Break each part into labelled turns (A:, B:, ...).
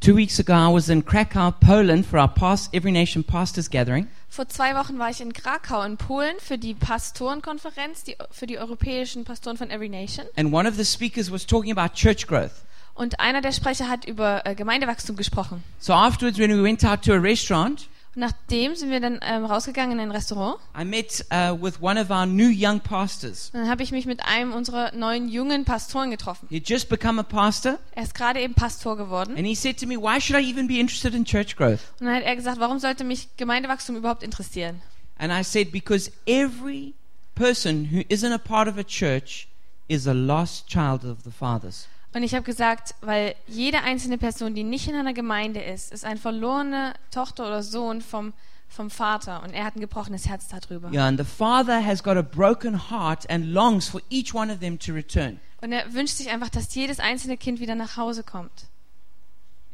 A: Two weeks ago, I was in Krakow, Poland for our past, Every Nation Pastors Gathering.
B: Vor zwei Wochen war ich in Krakau in Polen für die Pastorenkonferenz, die, für die europäischen Pastoren von Every Nation.
A: And one of the speakers was talking about church growth.
B: Und einer der Sprecher hat über äh, Gemeindewachstum gesprochen.
A: So afterwards, when we went out to a restaurant,
B: Und nachdem sind wir dann ähm, rausgegangen in ein Restaurant.
A: I met uh, with one of our new young pastors.
B: Und dann habe ich mich mit einem unserer neuen jungen Pastoren getroffen.
A: He'd just become a pastor,
B: Er ist gerade eben Pastor geworden.
A: and he said to me, Why should I even be interested in church growth?
B: Und dann hat er gesagt, warum sollte mich Gemeindewachstum überhaupt interessieren?
A: And I said, Because every person who isn't a part of a church is a lost child of the Father's.
B: Und ich habe gesagt, weil jede einzelne Person, die nicht in einer Gemeinde ist, ist eine verlorene Tochter oder Sohn vom, vom Vater. Und er hat ein gebrochenes Herz darüber.
A: Yeah, and the Father has got a broken heart and longs for each one of them to return.
B: Und er wünscht sich einfach, dass jedes einzelne Kind wieder nach Hause kommt.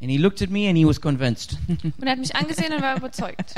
A: And he looked at me and he was convinced.
B: Und er hat mich angesehen und war überzeugt.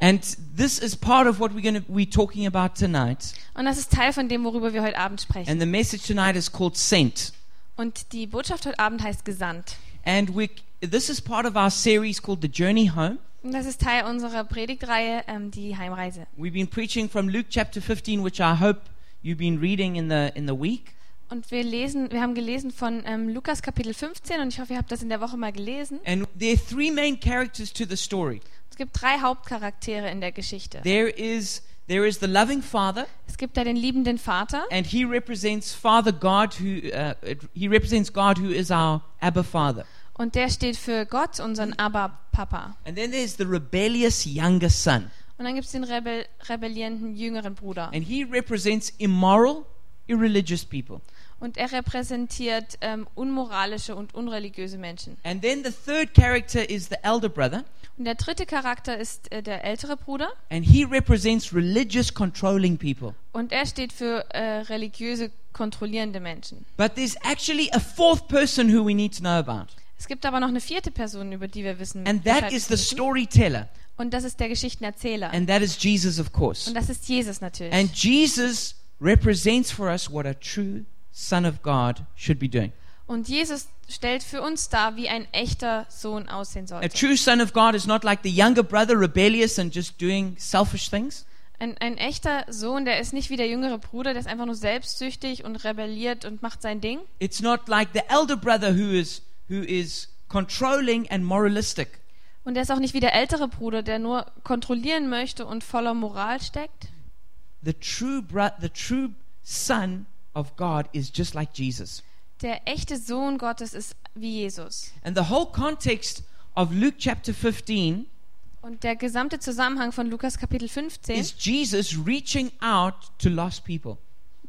A: and this is part of what we're going to be talking about tonight.
B: Und das ist Teil von dem, worüber wir heute Abend sprechen.
A: And the message tonight is called Sent.
B: Und die Botschaft heute Abend heißt Gesandt.
A: And we this is part of our series called The Journey Home.
B: Und das ist Teil unserer Predigtreihe, ähm, die Heimreise.
A: We've been preaching from Luke chapter 15, which I hope you've been reading in the in the week.
B: Und wir lesen, wir haben gelesen von ähm, Lukas Kapitel 15 und ich hoffe, ihr habt das in der Woche mal gelesen.
A: And there are three main characters to the story.
B: Es gibt drei Hauptcharaktere in der Geschichte.
A: There is there is the loving father,
B: Es gibt da den liebenden Vater
A: and he represents Father God, who uh, he represents God, who is our Abba Father.
B: und der steht für Gott, unseren Abba-Papa.
A: And then there's the rebellious younger son,
B: Und dann gibt es den rebel rebellierenden jüngeren Bruder.
A: and he represents immoral, irreligious people.
B: Und er repräsentiert ähm, unmoralische und unreligiöse Menschen.
A: And then the third character is the elder brother,
B: Und der dritte Charakter ist äh, der ältere Bruder
A: and he represents religious controlling people.
B: und er steht für äh, religiöse, kontrollierende Menschen.
A: But there's actually a fourth person who we need to know about.
B: Es gibt aber noch eine vierte Person, über die wir wissen.
A: And that
B: Bescheid
A: is the
B: wissen.
A: storyteller.
B: Und das ist der Geschichtenerzähler.
A: And that is Jesus, of course.
B: Und das ist Jesus natürlich.
A: And Jesus represents for us what a true Son of God should be doing.
B: und Jesus stellt für uns dar, wie ein echter Sohn aussehen
A: A
B: sollte.
A: true Son of God is not like the younger brother, rebellious and just doing selfish things.
B: Ein, ein echter Sohn, der ist nicht wie der jüngere Bruder, der ist einfach nur selbstsüchtig und rebelliert und macht sein Ding.
A: It's not like the elder brother who is, who is controlling and moralistic.
B: Und der ist auch nicht wie der ältere Bruder, der nur kontrollieren möchte und voller Moral steckt.
A: The true, bro- the true Son of God is just like Jesus.
B: Der echte Sohn Gottes ist wie Jesus.
A: And the whole context of Luke chapter 15
B: Und der gesamte Zusammenhang von Lukas Kapitel 15
A: is Jesus reaching out to lost people.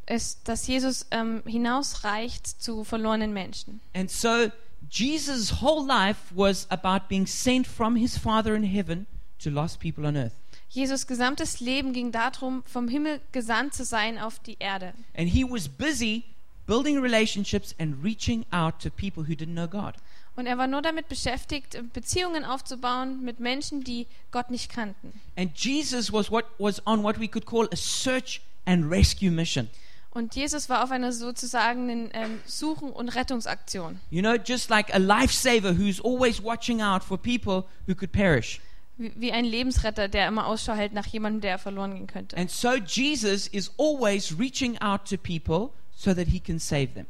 B: ist, dass Jesus ähm, hinausreicht zu verlorenen Menschen.
A: And so Jesus' whole life was about being sent from his Father in heaven to lost people on earth.
B: Jesus' gesamtes Leben ging darum, vom Himmel gesandt zu sein auf die Erde.
A: And he was busy building relationships and reaching out to people who didn't know God.
B: Und er war nur damit beschäftigt, Beziehungen aufzubauen mit Menschen, die Gott nicht kannten.
A: And Jesus was what was on what we could call a search and rescue mission.
B: Und Jesus war auf einer sozusagen einen, ähm, Suchen- und Rettungsaktion.
A: You know, just like a lifesaver who's always watching out for people who could perish.
B: Wie, wie ein Lebensretter, der immer Ausschau hält nach jemandem, der verloren gehen könnte.
A: And so Jesus is always reaching out to people so that he can save them.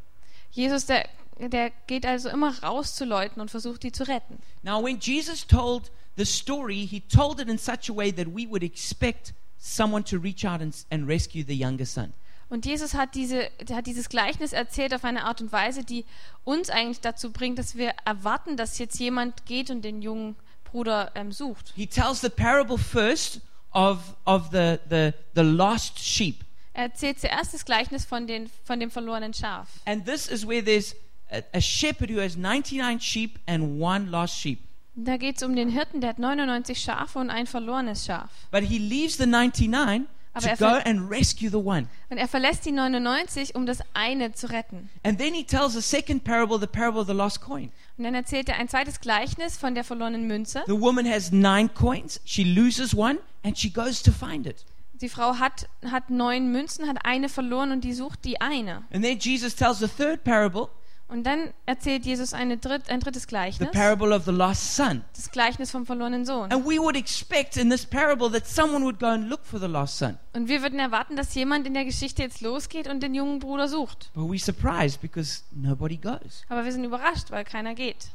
B: Jesus, der, der geht also immer raus zu Leuten und versucht, die zu retten.
A: Now, when Jesus told the story, he told it in such a way that we would expect someone to reach out and, and rescue the younger son.
B: Und Jesus hat, diese, der hat dieses Gleichnis erzählt auf eine Art und Weise, die uns eigentlich dazu bringt, dass wir erwarten, dass jetzt jemand geht und den jungen Bruder ähm, sucht.
A: He tells the parable first of, of the, the, the lost sheep.
B: Er erzählt zuerst das Gleichnis von, den, von dem verlorenen Schaf.
A: And this is where there's a, a shepherd who has 99 sheep and one lost sheep.
B: Da geht es um den Hirten, der hat 99 Schafe und ein verlorenes Schaf.
A: But he leaves the 99
B: Aber
A: to
B: er
A: go
B: ver-
A: and rescue the one.
B: Und er verlässt die 99, um das eine zu retten.
A: And then he tells a second parable, the parable of the lost coin.
B: Und dann erzählt er ein zweites Gleichnis von der verlorenen Münze.
A: The woman has nine coins, she loses one, and she goes to find it.
B: Die Frau hat, hat neun Münzen, hat eine verloren und die sucht die eine.
A: And then Jesus tells the third parable
B: Und dann erzählt Jesus eine dritt, ein drittes
A: the
B: Gleichnis,
A: parable of the lost son.
B: das Gleichnis vom verlorenen Sohn.
A: And we would expect in this parable that someone would go and look for the lost son.
B: Und wir würden erwarten, dass jemand in der Geschichte jetzt losgeht und den jungen Bruder sucht.
A: But we're surprised because nobody goes.
B: Aber wir sind überrascht, weil keiner geht.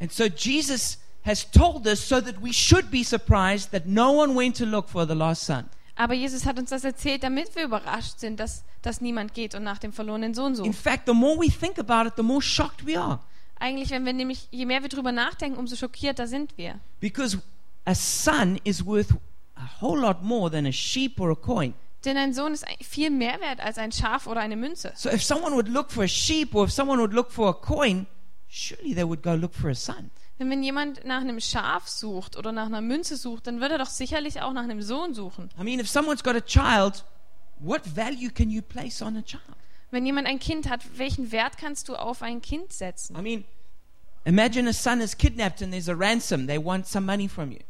A: And so Jesus has told us so that we should be surprised that no one went to look for the lost son.
B: Aber Jesus hat uns das erzählt, damit wir überrascht sind, dass, dass niemand geht und nach dem verlorenen Sohn
A: In
B: sucht.
A: fact, the more we think about it, the more shocked we are.
B: Eigentlich, wenn wir nämlich, je mehr wir drüber nachdenken, umso schockierter sind wir.
A: Because a son is worth a whole lot more than a sheep or a coin.
B: Denn ein Sohn ist ein- viel mehr wert als ein Schaf oder eine Münze.
A: So if someone would look for a sheep or if someone would look for a coin, surely they would go look for a son.
B: Denn wenn jemand nach einem Schaf sucht oder nach einer Münze sucht, dann wird er doch sicherlich auch nach einem Sohn suchen.
A: I mean, if someone's got a child, what value can you place on a child?
B: Wenn jemand ein Kind hat, welchen Wert kannst du auf ein Kind setzen?
A: I mean, imagine a son is kidnapped and there's a ransom. They want some money from you.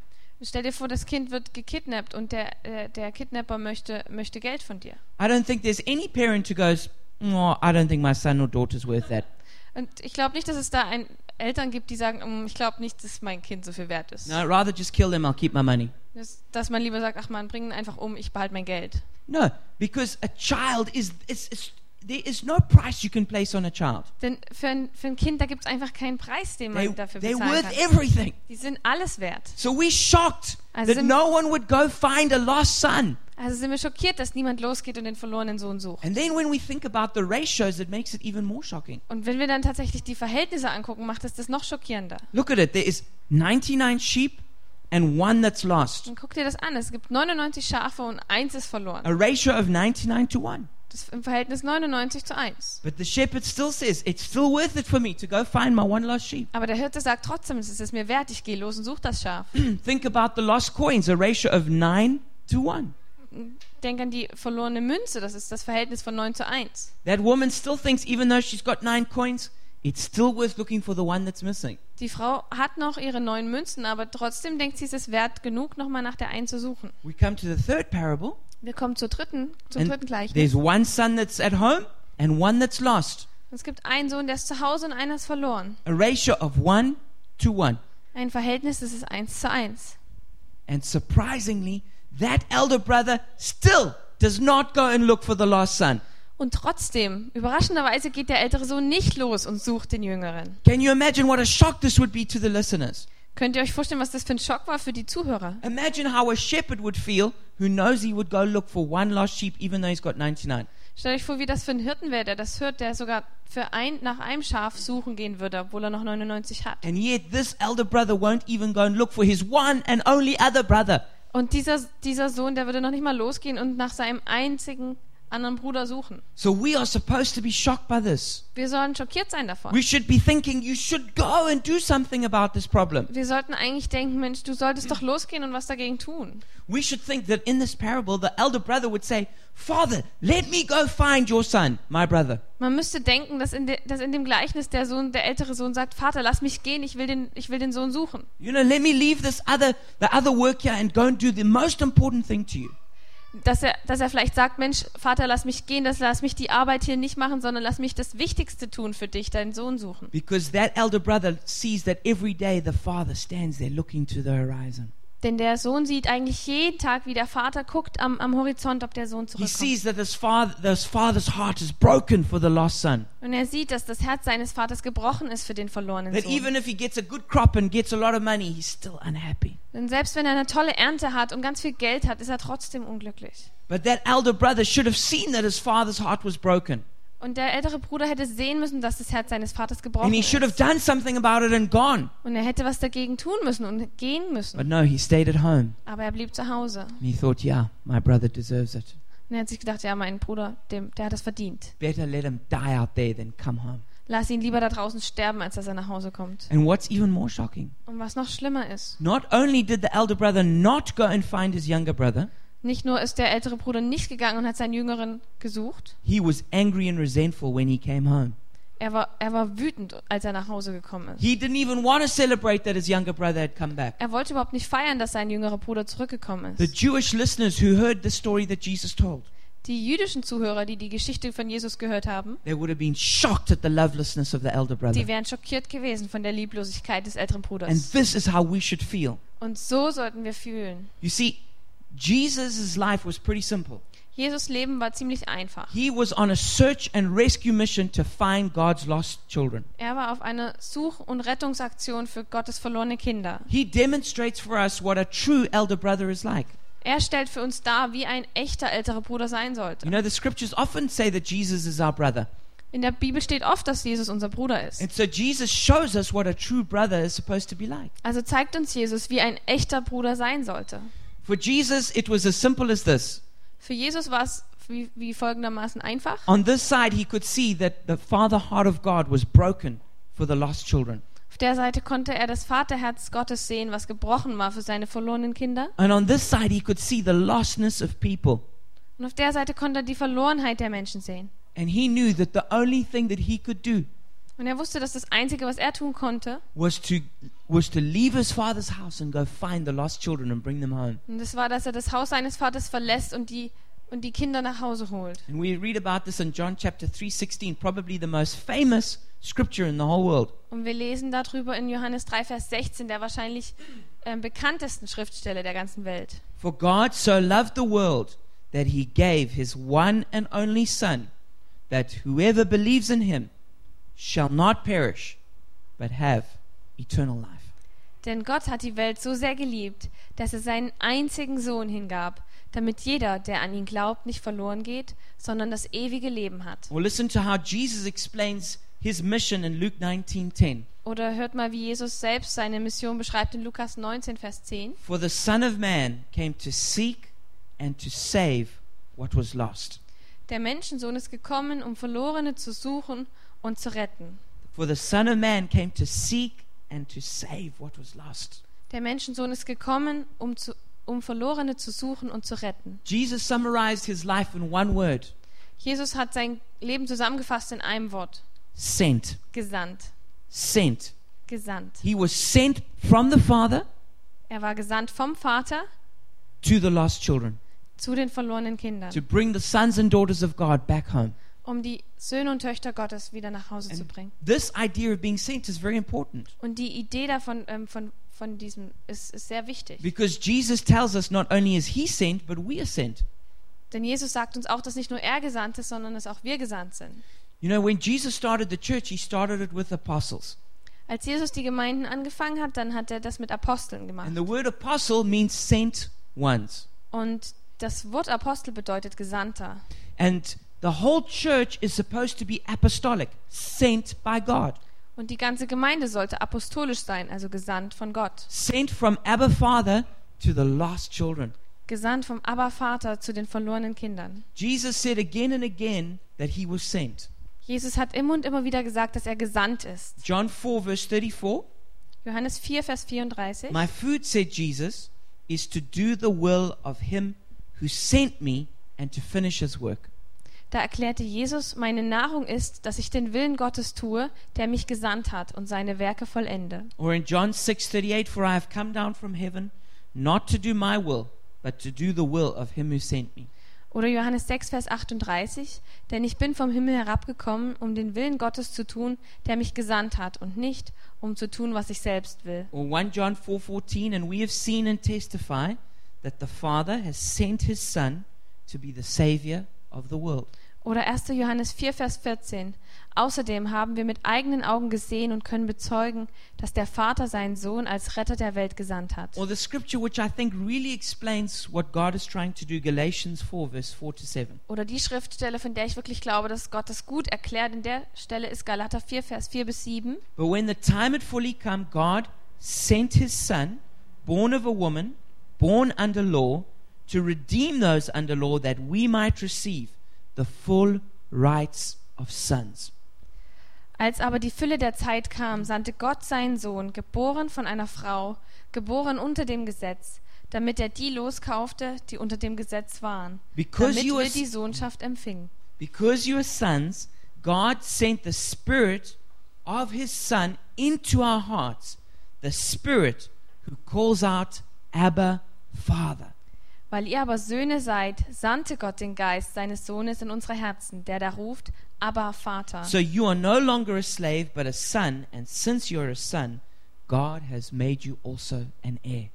B: Stell dir vor, das Kind wird gekidnappt und der, äh, der Kidnapper möchte, möchte Geld von dir.
A: I don't think there's any parent who goes, No, I don't think my son or daughter's worth that.
B: Und ich glaube nicht, dass es da ein Eltern gibt, die sagen, "Mm, ich glaube nicht, dass mein Kind so viel wert ist.
A: No, I'd rather just kill them, I'll keep my money.
B: Dass, dass man lieber sagt, ach man, bring ihn einfach um, ich behalte mein Geld.
A: No, because a child is, is, is there is no price you can place on a child.
B: Denn für ein, für ein Kind, da gibt es einfach keinen Preis, den man
A: They,
B: dafür
A: they're
B: bezahlen
A: worth
B: kann.
A: everything.
B: Die sind alles wert.
A: So we're shocked
B: As
A: that
B: in-
A: no one would go find a lost son.
B: Also sind wir schockiert, dass niemand losgeht und den verlorenen Sohn sucht.
A: And then when we think about the ratios, it makes it even more shocking.
B: Und wenn wir dann tatsächlich die Verhältnisse angucken, macht es das noch schockierender.
A: Look at it. There is 99 sheep and one that's lost.
B: Dann guck dir das an. Es gibt 99 Schafe und eins ist verloren.
A: A ratio of 99 to 1.
B: Das ist im Verhältnis 99 zu 1.
A: But the shepherd still says, it's still worth it for me to go find my one lost sheep.
B: Aber der Hirte sagt trotzdem, es ist es mir wert, ich gehe los und suche das Schaf.
A: Think about the lost coins, a ratio of 9 to 1.
B: Denk an die verlorene Münze, das ist das Verhältnis von 9 zu 1.
A: That woman still thinks, even though she's got nine coins, it's still worth looking for the one that's missing.
B: Die Frau hat noch ihre neun Münzen, aber trotzdem denkt sie, es ist wert genug, nochmal nach der 1 zu suchen.
A: We come to the third parable.
B: Wir kommen zur dritten, zum
A: and
B: dritten Gleichnis.
A: there's one son that's at home and one that's lost.
B: Es gibt einen Sohn, der ist zu Hause und einer ist verloren.
A: A ratio of 1 to 1.
B: Ein Verhältnis, das ist 1 zu 1.
A: And surprisingly, that elder brother still does not go and look for the lost son.
B: Und trotzdem, überraschenderweise geht der ältere Sohn nicht los und sucht den Jüngeren.
A: Can you imagine what a shock this would be to the listeners?
B: Könnt ihr euch vorstellen, was das für ein Schock war für die Zuhörer?
A: Imagine how a shepherd would feel who knows he would go look for one lost sheep even though he's got 99.
B: Stellt euch vor, wie das für einen Hirten wäre, der das hört, der sogar für ein, nach einem Schaf suchen gehen würde, obwohl er noch 99 hat.
A: And yet this elder brother won't even go and look for his one and only other brother.
B: Und dieser, dieser Sohn, der würde noch nicht mal losgehen und nach seinem einzigen anderen Bruder suchen.
A: So we are supposed to be shocked by this.
B: Wir sollen schockiert sein davon.
A: We should be thinking you should go and do something about this problem.
B: Wir sollten eigentlich denken, Mensch, du solltest doch losgehen und was dagegen tun.
A: We should think that in this parable the elder brother would say, "Father, let me go find your son, my brother."
B: Man müsste denken, dass in, de, dass in dem Gleichnis der Sohn, der ältere Sohn sagt, Vater, lass mich gehen, ich will den, ich will den Sohn suchen.
A: You know, let me leave this other the other work here and go and do the most important thing to you.
B: Dass er, dass er vielleicht sagt, Mensch, Vater, lass mich gehen, dass, lass mich die Arbeit hier nicht machen, sondern lass mich das Wichtigste tun für dich, deinen Sohn suchen.
A: Because that elder brother sees that every day the father stands there looking to the horizon.
B: Denn der Sohn sieht eigentlich jeden Tag, wie der Vater guckt am, am Horizont, ob der Sohn
A: He
B: zurückkommt.
A: sees that his father his father's heart is broken for the lost son.
B: Und er sieht, dass das Herz seines Vaters gebrochen ist für den verlorenen
A: That
B: Sohn.
A: even if he gets a good crop and gets a lot of money, he's still unhappy.
B: Denn selbst wenn er eine tolle Ernte hat und ganz viel Geld hat, ist er trotzdem unglücklich.
A: But that elder brother should have seen that his father's heart was broken.
B: Und der ältere Bruder hätte sehen müssen, dass das Herz seines Vaters gebrochen
A: And he
B: ist.
A: should have done something about it and gone.
B: Und er hätte was dagegen tun müssen und gehen müssen.
A: But no, he stayed at home.
B: Aber er blieb zu Hause.
A: And he thought, yeah, my brother deserves it.
B: Und er hat sich gedacht, ja, mein Bruder, dem, der hat das verdient.
A: Better let him die out there than come home.
B: Lass ihn lieber da draußen sterben, als dass er nach Hause kommt.
A: And what's even more shocking,
B: Und was noch schlimmer ist,
A: not only did the elder brother not go and find his younger brother,
B: nicht nur ist der ältere Bruder nicht gegangen und hat seinen Jüngeren gesucht,
A: he was angry and resentful when he came home.
B: er war, er war wütend, als er nach Hause gekommen ist.
A: He didn't even want to celebrate that his younger brother had come back.
B: Er wollte überhaupt nicht feiern, dass sein jüngerer Bruder zurückgekommen
A: The
B: ist.
A: Jewish listeners who heard the story that Jesus told
B: die jüdischen Zuhörer, die die Geschichte von Jesus gehört haben,
A: they would have been shocked at the lovelessness of the elder brother.
B: die wären schockiert gewesen von der Lieblosigkeit des älteren
A: And
B: Bruders.
A: this is how we should feel.
B: Und so sollten wir fühlen.
A: You see, Jesus' life was pretty simple.
B: Jesus Leben war ziemlich einfach.
A: He was on a search and rescue mission to find God's lost children.
B: Er war auf einer Such- und Rettungsaktion für Gottes verlorene Kinder.
A: He demonstrates for us what a true elder brother is like.
B: Er stellt für uns dar, wie ein echter älterer Bruder sein sollte.
A: You know, the scriptures often say that Jesus is our brother.
B: In der Bibel steht oft, dass Jesus unser Bruder ist.
A: And so Jesus shows us what a true brother is supposed to be like.
B: Also zeigt uns Jesus, wie ein echter Bruder sein sollte.
A: For Jesus, it was as simple as this.
B: Für Jesus war es wie, wie folgendermaßen einfach.
A: On this side, he could see that the father heart of God was broken for the lost children.
B: Auf der Seite konnte er das Vaterherz Gottes sehen, was gebrochen war für seine verlorenen Kinder.
A: And on this side, he could see the lostness of people.
B: Und auf der Seite konnte er die Verlorenheit der Menschen sehen.
A: And he knew that the only thing that he could do
B: Und er wusste, dass das Einzige, was er tun konnte,
A: was to, was to leave his father's house and go find the lost children and bring them home.
B: und das war, dass er das Haus seines Vaters verlässt und die, und die Kinder nach Hause holt.
A: And we read about this in John chapter 3:16, probably the most famous scripture in the whole world.
B: Und wir lesen darüber in Johannes 3, Vers 16, der wahrscheinlich ähm, bekanntesten Schriftstelle der ganzen Welt.
A: For God so loved the world that he gave his one and only Son, that whoever believes in him shall not perish, but have eternal life.
B: Denn Gott hat die Welt so sehr geliebt, dass er seinen einzigen Sohn hingab, damit jeder, der an ihn glaubt, nicht verloren geht, sondern das ewige Leben hat.
A: Well, listen to how Jesus explains his mission in Luke 19:10.
B: Oder hört mal, wie Jesus selbst seine Mission beschreibt in Lukas 19, Vers 10.
A: For the Son of Man came to seek and to save what was lost.
B: Der Menschensohn ist gekommen, um Verlorene zu suchen und zu retten.
A: For the Son of Man came to seek and to save what was lost.
B: Der Menschensohn ist gekommen, um, zu, um Verlorene zu suchen und zu retten.
A: Jesus summarized his life in one word
B: Jesus hat sein Leben zusammengefasst in einem Wort.
A: sent.
B: Gesandt.
A: Sent.
B: Gesandt.
A: He was sent from the Father
B: Er war gesandt vom Vater
A: to the lost children
B: zu den verlorenen Kindern.
A: to bring the sons and daughters of God back home.
B: um die Söhne und Töchter Gottes wieder nach Hause zu
A: And
B: bringen.
A: this idea of being sent is very important
B: Und die Idee davon, ähm, von, von diesem, ist, ist sehr wichtig.
A: because Jesus tells us not only is he sent, but we are sent.
B: Denn Jesus sagt uns auch, dass nicht nur er gesandt ist, sondern dass auch wir gesandt sind.
A: You know, when Jesus started the church, he started it with apostles.
B: Als Jesus die Gemeinden angefangen hat, dann hat er das mit Aposteln gemacht.
A: And the word apostle means sent ones.
B: Und das Wort Apostel bedeutet Gesandter.
A: And the whole church is supposed to be apostolic, sent by God,
B: Und die ganze Gemeinde sollte apostolisch sein, also gesandt von Gott.
A: sent from Abba Father to the lost children.
B: Gesandt vom Abba-Vater zu den verlorenen Kindern.
A: Jesus said again and again that he was sent.
B: Jesus hat immer und immer wieder gesagt, dass er gesandt ist.
A: John 4, verse 34
B: Johannes 4, Vers 34.
A: My food, said Jesus, is to do the will of him who sent me and to finish his work.
B: Da erklärte Jesus, meine Nahrung ist, dass ich den Willen Gottes tue, der mich gesandt hat und seine Werke vollende.
A: Or in John 6:38, for I have come down from heaven not to do my will, but to do the will of him who sent me.
B: Oder Johannes 6, Vers 38, denn ich bin vom Himmel herabgekommen, um den Willen Gottes zu tun, der mich gesandt hat und nicht, um zu tun, was ich selbst will.
A: Or 1 John 4:14, and we have seen and testify that the Father has sent his son to be the savior of the world.
B: Oder 1. Johannes 4, Vers 14, außerdem haben wir mit eigenen Augen gesehen und können bezeugen, dass der Vater seinen Sohn als Retter der Welt gesandt hat.
A: Or the scripture which I think really explains what God is trying to do, Galatians 4, verse 4 to 7.
B: Oder die Schriftstelle, von der ich wirklich glaube, dass Gott das gut erklärt, in der Stelle ist Galater 4, Vers 4 bis 7.
A: But when the time had fully come, God sent his son, born of a woman, born under law, to redeem those under law that we might receive the full rights of sons.
B: Als aber die Fülle der Zeit kam, sandte Gott seinen Sohn, geboren von einer Frau, geboren unter dem Gesetz, damit er die loskaufte, die unter dem Gesetz waren,
A: Because
B: damit
A: you,
B: wir
A: are,
B: die Sohnschaft empfingen.
A: because you are sons, God sent the spirit of his son into our hearts, the spirit who calls out, Abba, Father.
B: Weil ihr aber Söhne seid, sandte Gott den Geist seines Sohnes in unsere Herzen, der da ruft, aber Vater.
A: So you are no longer a slave, but a son. And since you're a son, God has made you also an heir.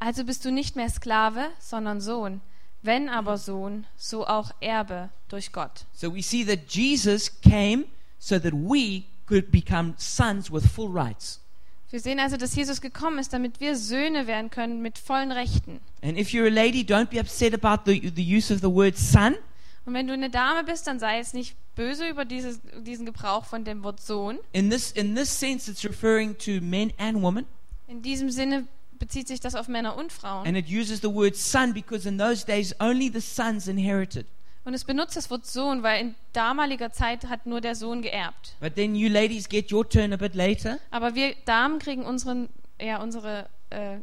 B: Also bist du nicht mehr Sklave, sondern Sohn. Wenn aber Sohn, so auch Erbe durch Gott.
A: So we see that Jesus came so that we could become sons with full rights.
B: Wir sehen also, dass Jesus gekommen ist, damit wir Söhne werden können mit vollen Rechten.
A: And if you're a lady, don't be upset about the, the use of the word son.
B: Und wenn du eine Dame bist, dann sei jetzt nicht böse über dieses, diesen Gebrauch von dem Wort Sohn.
A: In this, in this sense, it's referring to men and women.
B: In diesem Sinne bezieht sich das auf Männer und Frauen.
A: And it uses the word son because in those days only the sons inherited.
B: Und es benutzt das Wort Sohn, weil in damaliger Zeit hat nur der Sohn geerbt.
A: But then you ladies get your turn a bit later.
B: Aber wir Damen kriegen unseren, ja, unsere, äh,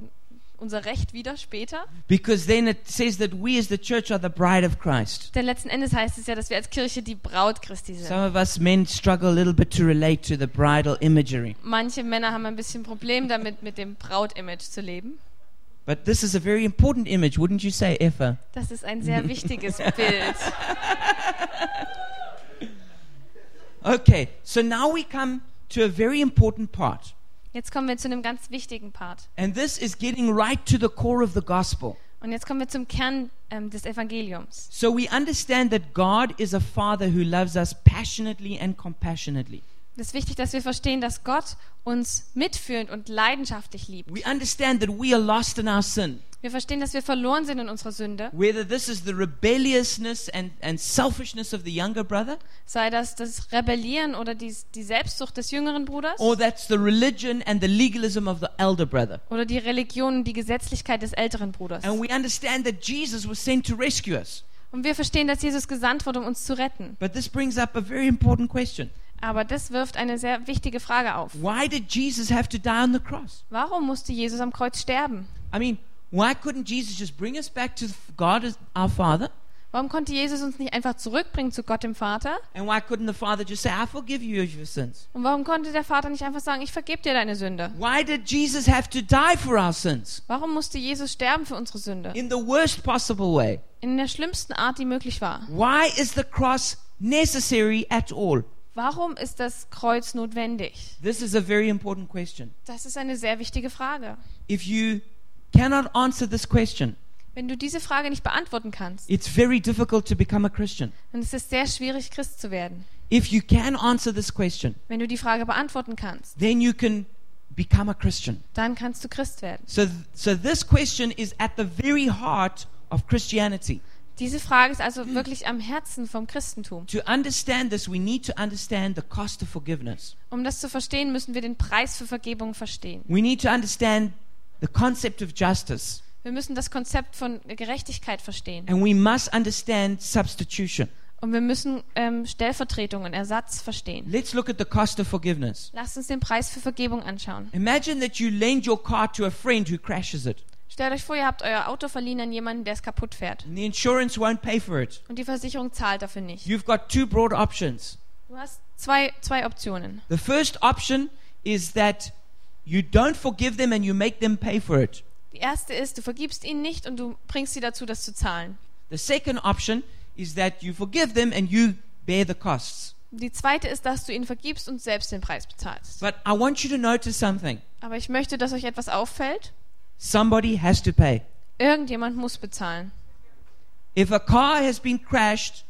B: unser Recht wieder später.
A: Because then it says that we as the church are the bride of Christ.
B: Denn letzten Endes heißt es ja, dass wir als Kirche die Braut Christi sind.
A: Some of us men struggle a little bit to relate to the bridal imagery.
B: Manche Männer haben ein bisschen Problem damit, mit dem Brautimage zu leben.
A: But this is a very important image, wouldn't you say, Effa?
B: Das ist ein sehr wichtiges Bild.
A: Okay, so now we come to a very important part.
B: Jetzt kommen wir zu einem ganz wichtigen Part.
A: And this is getting right to the core of the gospel.
B: Und jetzt kommen wir zum Kern ähm, des Evangeliums.
A: So we understand that God is a father who loves us passionately and compassionately.
B: Es ist wichtig, dass wir verstehen, dass Gott uns mitfühlend und leidenschaftlich liebt.
A: We understand that we are lost in our sin.
B: Wir verstehen, dass wir verloren sind in unserer Sünde.
A: Whether this is the rebelliousness and, and selfishness of the younger brother,
B: Sei das das Rebellieren oder die, die Selbstsucht des jüngeren Bruders
A: or that's the religion and the legalism of the elder brother.
B: oder die Religion und die Gesetzlichkeit des älteren Bruders.
A: And we understand that Jesus was sent to rescue us.
B: Und wir verstehen, dass Jesus gesandt wurde, um uns zu retten.
A: But this brings up a very important question.
B: Aber das wirft eine sehr wichtige Frage auf.
A: Why did Jesus have to die on the cross?
B: Warum musste Jesus am Kreuz sterben?
A: I mean, why couldn't Jesus just bring us back to God as our Father?
B: Warum konnte Jesus uns nicht einfach zurückbringen zu Gott dem Vater?
A: And why couldn't the Father just say, I forgive you of your sins?
B: Und warum konnte der Vater nicht einfach sagen, ich vergebe dir deine Sünde?
A: Why did Jesus have to die for our sins?
B: Warum musste Jesus sterben für unsere Sünde?
A: In the worst possible way.
B: In der schlimmsten Art, die möglich war.
A: Why is the cross necessary at all?
B: Warum ist das Kreuz notwendig?
A: This is a very important question.
B: Das ist eine sehr wichtige Frage.
A: If you cannot answer this question,
B: Wenn du diese Frage nicht beantworten kannst,
A: it's very difficult to become a Christian.
B: dann ist es sehr schwierig, Christ zu werden.
A: If you can answer this question,
B: Wenn du die Frage beantworten kannst,
A: then you can become a Christian.
B: dann kannst du Christ werden.
A: So, th- so this question is at the very heart of Christianity.
B: Diese Frage ist also wirklich am Herzen vom Christentum.
A: To understand this, we need to understand the cost of forgiveness.
B: Um das zu verstehen, müssen wir den Preis für Vergebung verstehen.
A: We need to understand the concept of justice,
B: Wir müssen das Konzept von Gerechtigkeit verstehen.
A: and we must understand substitution.
B: Und wir müssen ähm, Stellvertretung und Ersatz verstehen.
A: Let's look at the cost of forgiveness.
B: Lasst uns den Preis für Vergebung anschauen.
A: Imagine that you lend your car to a friend who crashes it,
B: Stellt euch vor, ihr habt euer Auto verliehen an jemanden, der es kaputt fährt.
A: and the insurance won't pay for it.
B: Und die Versicherung zahlt dafür nicht.
A: You've got two broad options.
B: Du hast zwei, zwei Optionen.
A: The first option is that you don't forgive them and you make them pay for it.
B: Die erste ist, du vergibst ihnen nicht und du bringst sie dazu, das zu zahlen.
A: The second option is that you forgive them and you bear the costs.
B: Die zweite ist, dass du ihnen vergibst und selbst den Preis bezahlst.
A: But I want you to notice something.
B: Aber ich möchte, dass euch etwas auffällt.
A: Somebody has to pay.
B: Irgendjemand muss bezahlen.
A: If a car has been crashed,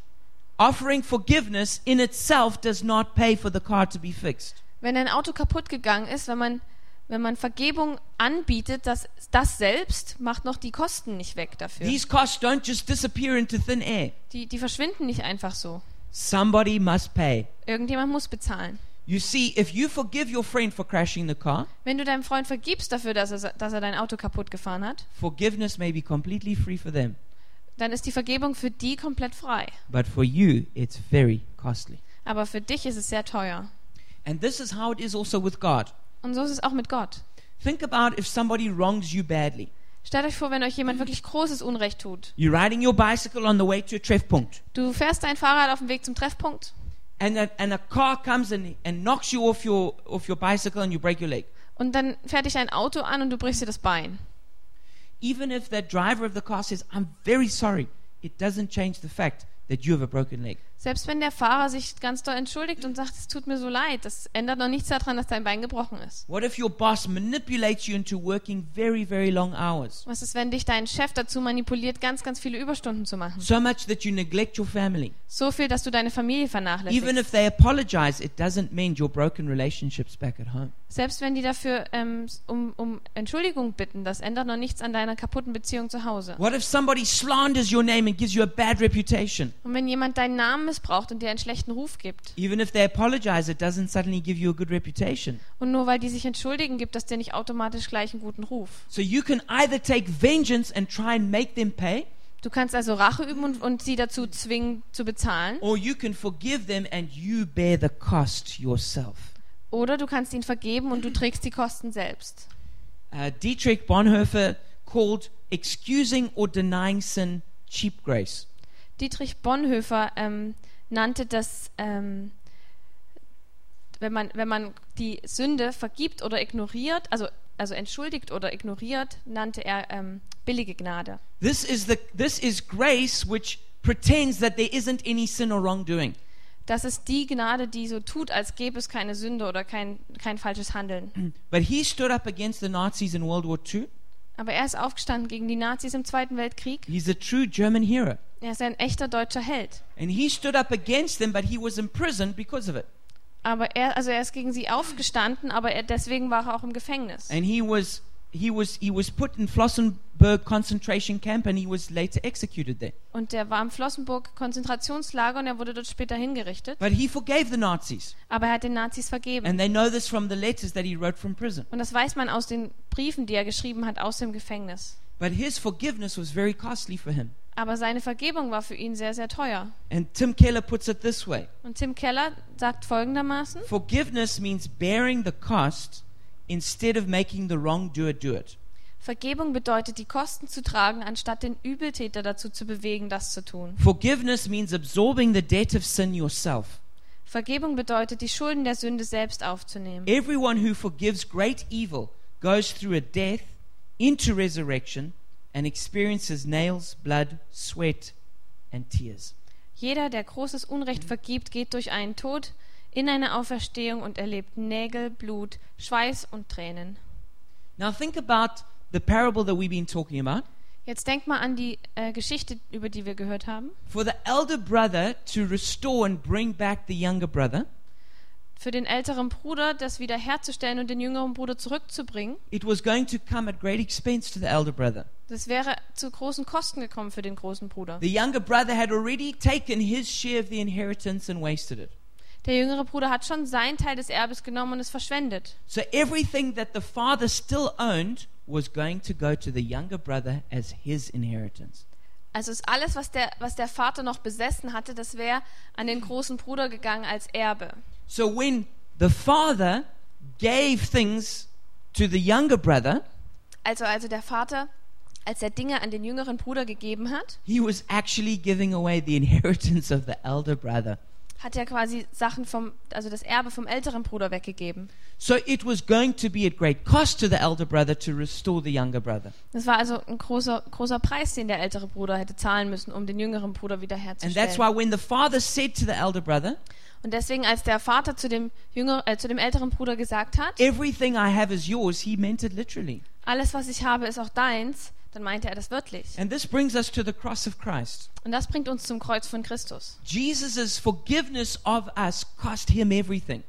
A: offering forgiveness in itself does not pay for the car to be fixed.
B: Wenn ein Auto kaputt gegangen ist, wenn man, wenn man Vergebung anbietet, das, das selbst macht noch die Kosten nicht weg dafür.
A: These costs don't just disappear into thin air.
B: Die, die verschwinden nicht einfach so.
A: Somebody must pay.
B: Irgendjemand muss bezahlen.
A: You see, if you forgive your friend for crashing the car,
B: Wenn du deinem Freund vergibst dafür, dass er, dass er dein Auto kaputt gefahren hat,
A: forgiveness may be completely free for them.
B: dann ist die Vergebung für die komplett frei.
A: But for you, it's very costly.
B: Aber für dich ist es sehr teuer.
A: And this is how it is also with God.
B: Und so ist es auch mit Gott.
A: Think about if somebody wrongs you badly.
B: Stellt euch vor, wenn euch jemand wirklich großes Unrecht tut.
A: You're riding your bicycle on the way to a treffpunkt,
B: Du fährst dein Fahrrad auf dem Weg zum Treffpunkt
A: and a, and a car comes and, and knocks you off your, off your bicycle and you break your leg.
B: und dann fährt dich ein Auto an und du brichst dir das Bein.
A: even if that driver of the car says, I'm very sorry, it doesn't change the fact that you have a broken leg.
B: Selbst wenn der Fahrer sich ganz doll entschuldigt und sagt, es tut mir so leid, das ändert noch nichts daran, dass dein Bein gebrochen ist.
A: What if your boss manipulates you into working very, very long hours?
B: Was ist, wenn dich dein Chef dazu manipuliert, ganz, ganz viele Überstunden zu machen?
A: So much that you neglect your family.
B: So viel, dass du deine Familie
A: Even
B: vernachlässigst.
A: if they apologize, it doesn't mend your broken relationships back at home.
B: Selbst wenn die dafür ähm, um, um Entschuldigung bitten, das ändert noch nichts an deiner kaputten Beziehung zu Hause.
A: What if somebody slanders your name and gives you a bad reputation?
B: Und wenn jemand deinen Namen missbraucht und dir einen schlechten Ruf gibt
A: Even if they apologize, it doesn't suddenly give you a good reputation.
B: und nur weil die sich entschuldigen, gibt das dir nicht automatisch gleich einen guten Ruf.
A: So you can either take vengeance and try and make them pay,
B: Du kannst also Rache üben und, und sie dazu zwingen zu bezahlen
A: or you can forgive them and you bear the cost yourself.
B: oder du kannst ihnen vergeben und du trägst die Kosten selbst.
A: Uh, Dietrich Bonhoeffer called excusing or denying sin cheap grace.
B: Dietrich Bonhoeffer ähm, nannte das, ähm, wenn, man, wenn man die Sünde vergibt oder ignoriert, also, also entschuldigt oder ignoriert, nannte er ähm, billige Gnade.
A: This is, the, this is grace which pretends that there isn't any sin or wrongdoing.
B: Das ist die Gnade, die so tut, als gäbe es keine Sünde oder kein, kein falsches Handeln.
A: But he stood up against the Nazis in World War II.
B: Aber er ist aufgestanden gegen die Nazis im Zweiten Weltkrieg.
A: He's a true German hero.
B: Er ist ein echter deutscher Held.
A: And he stood up against them, but he was imprisoned because of it.
B: Aber er, also er ist gegen sie aufgestanden, aber er, deswegen war er auch im Gefängnis.
A: And he was, he was, he was put in Flossenburg concentration camp and he was later executed there.
B: Und der war im Flossenburg Konzentrationslager und er wurde dort später hingerichtet.
A: But he forgave the Nazis.
B: Aber er hat den Nazis vergeben.
A: And they know this from the letters that he wrote from prison.
B: Und das weiß man aus den Briefen, die er geschrieben hat, aus dem Gefängnis.
A: But his forgiveness was very costly for him.
B: Aber seine Vergebung war für ihn sehr, sehr teuer.
A: And Tim Keller puts it this way
B: Und Tim Keller sagt folgendermaßen,
A: Forgiveness means bearing the cost instead of making the wrongdoer do it.
B: Vergebung bedeutet, die Kosten zu tragen, anstatt den Übeltäter dazu zu bewegen, das zu tun.
A: Forgiveness means absorbing the debt of sin yourself.
B: Vergebung bedeutet, die Schulden der Sünde selbst aufzunehmen.
A: Everyone who forgives great evil goes through a death into resurrection and experiences nails, blood, sweat, and tears.
B: Jeder, der großes Unrecht vergibt, geht durch einen Tod in eine Auferstehung und erlebt Nägel, Blut, Schweiß und Tränen.
A: Now think about the parable that we've been talking about.
B: Jetzt denk mal an die äh, Geschichte, über die wir gehört haben.
A: For the elder brother to restore and bring back the younger brother,
B: Für den älteren Bruder das wiederherzustellen und den jüngeren Bruder zurückzubringen,
A: it was going to come at great expense to the elder brother.
B: das wäre zu großen Kosten gekommen für den großen Bruder.
A: The younger brother had already taken his share of the inheritance and wasted it.
B: Der jüngere Bruder hat schon seinen Teil des Erbes genommen und es verschwendet.
A: So everything that the father still owned was going to go to the younger brother as his inheritance.
B: Also ist alles, was der, was der Vater noch besessen hatte, das wäre an den großen Bruder gegangen als Erbe.
A: So when the father gave things to the younger brother,
B: Also, also der Vater, als er Dinge an den jüngeren Bruder gegeben hat,
A: he was actually giving away the inheritance of the elder brother.
B: hat er quasi Sachen vom, also das Erbe vom älteren Bruder weggegeben.
A: So it was going to be at great cost to the elder brother to restore the younger brother.
B: Das war also ein großer, großer Preis, den der ältere Bruder hätte zahlen müssen, um den jüngeren Bruder
A: And that's why
B: wiederherzustellen.
A: when the father said to the elder brother,
B: Und deswegen, als der Vater zu dem, jünger, äh, zu dem älteren Bruder gesagt hat,
A: Everything I have is yours, he meant it literally.
B: alles, was ich habe, ist auch deins, dann meinte er das wörtlich.
A: And this brings us to the cross of Christ.
B: Und das bringt uns zum Kreuz von Christus.
A: Jesus' forgiveness of us cost him everything.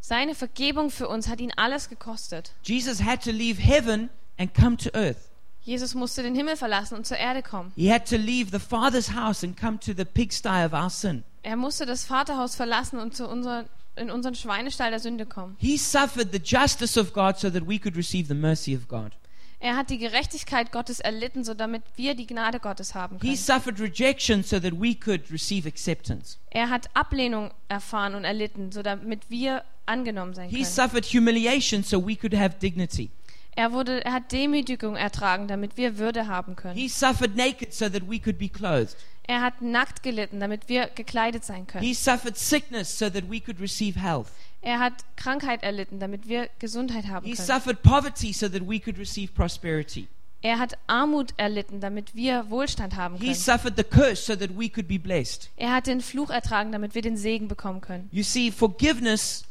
B: Seine Vergebung für uns hat ihn alles gekostet.
A: Jesus had to leave heaven and come to earth.
B: Jesus musste den Himmel verlassen und zur Erde kommen.
A: He had to leave the Father's house and come to the pigsty of our sin.
B: Er musste das Vaterhaus verlassen und zu unser, in unseren Schweinestall der Sünde kommen.
A: He suffered the justice of God so that we could receive the mercy of God.
B: Er hat die Gerechtigkeit Gottes erlitten, so damit wir die Gnade Gottes haben
A: He
B: können.
A: suffered rejection so that we could receive acceptance.
B: Er hat Ablehnung erfahren und erlitten, so damit wir angenommen sein
A: He
B: können.
A: suffered humiliation so we could have dignity.
B: Er, wurde, er hat Demütigung ertragen, damit wir Würde haben können.
A: He suffered naked so that we could be clothed.
B: Er hat nackt gelitten, damit wir gekleidet sein können.
A: He suffered sickness so that we could receive health.
B: Er hat Krankheit erlitten, damit wir Gesundheit haben
A: He
B: können.
A: suffered poverty so that we could receive prosperity.
B: Er hat Armut erlitten, damit wir Wohlstand haben
A: He
B: können.
A: suffered the curse so that we could be blessed.
B: Er hat den Fluch ertragen, damit wir den Segen bekommen können.
A: You see, forgiveness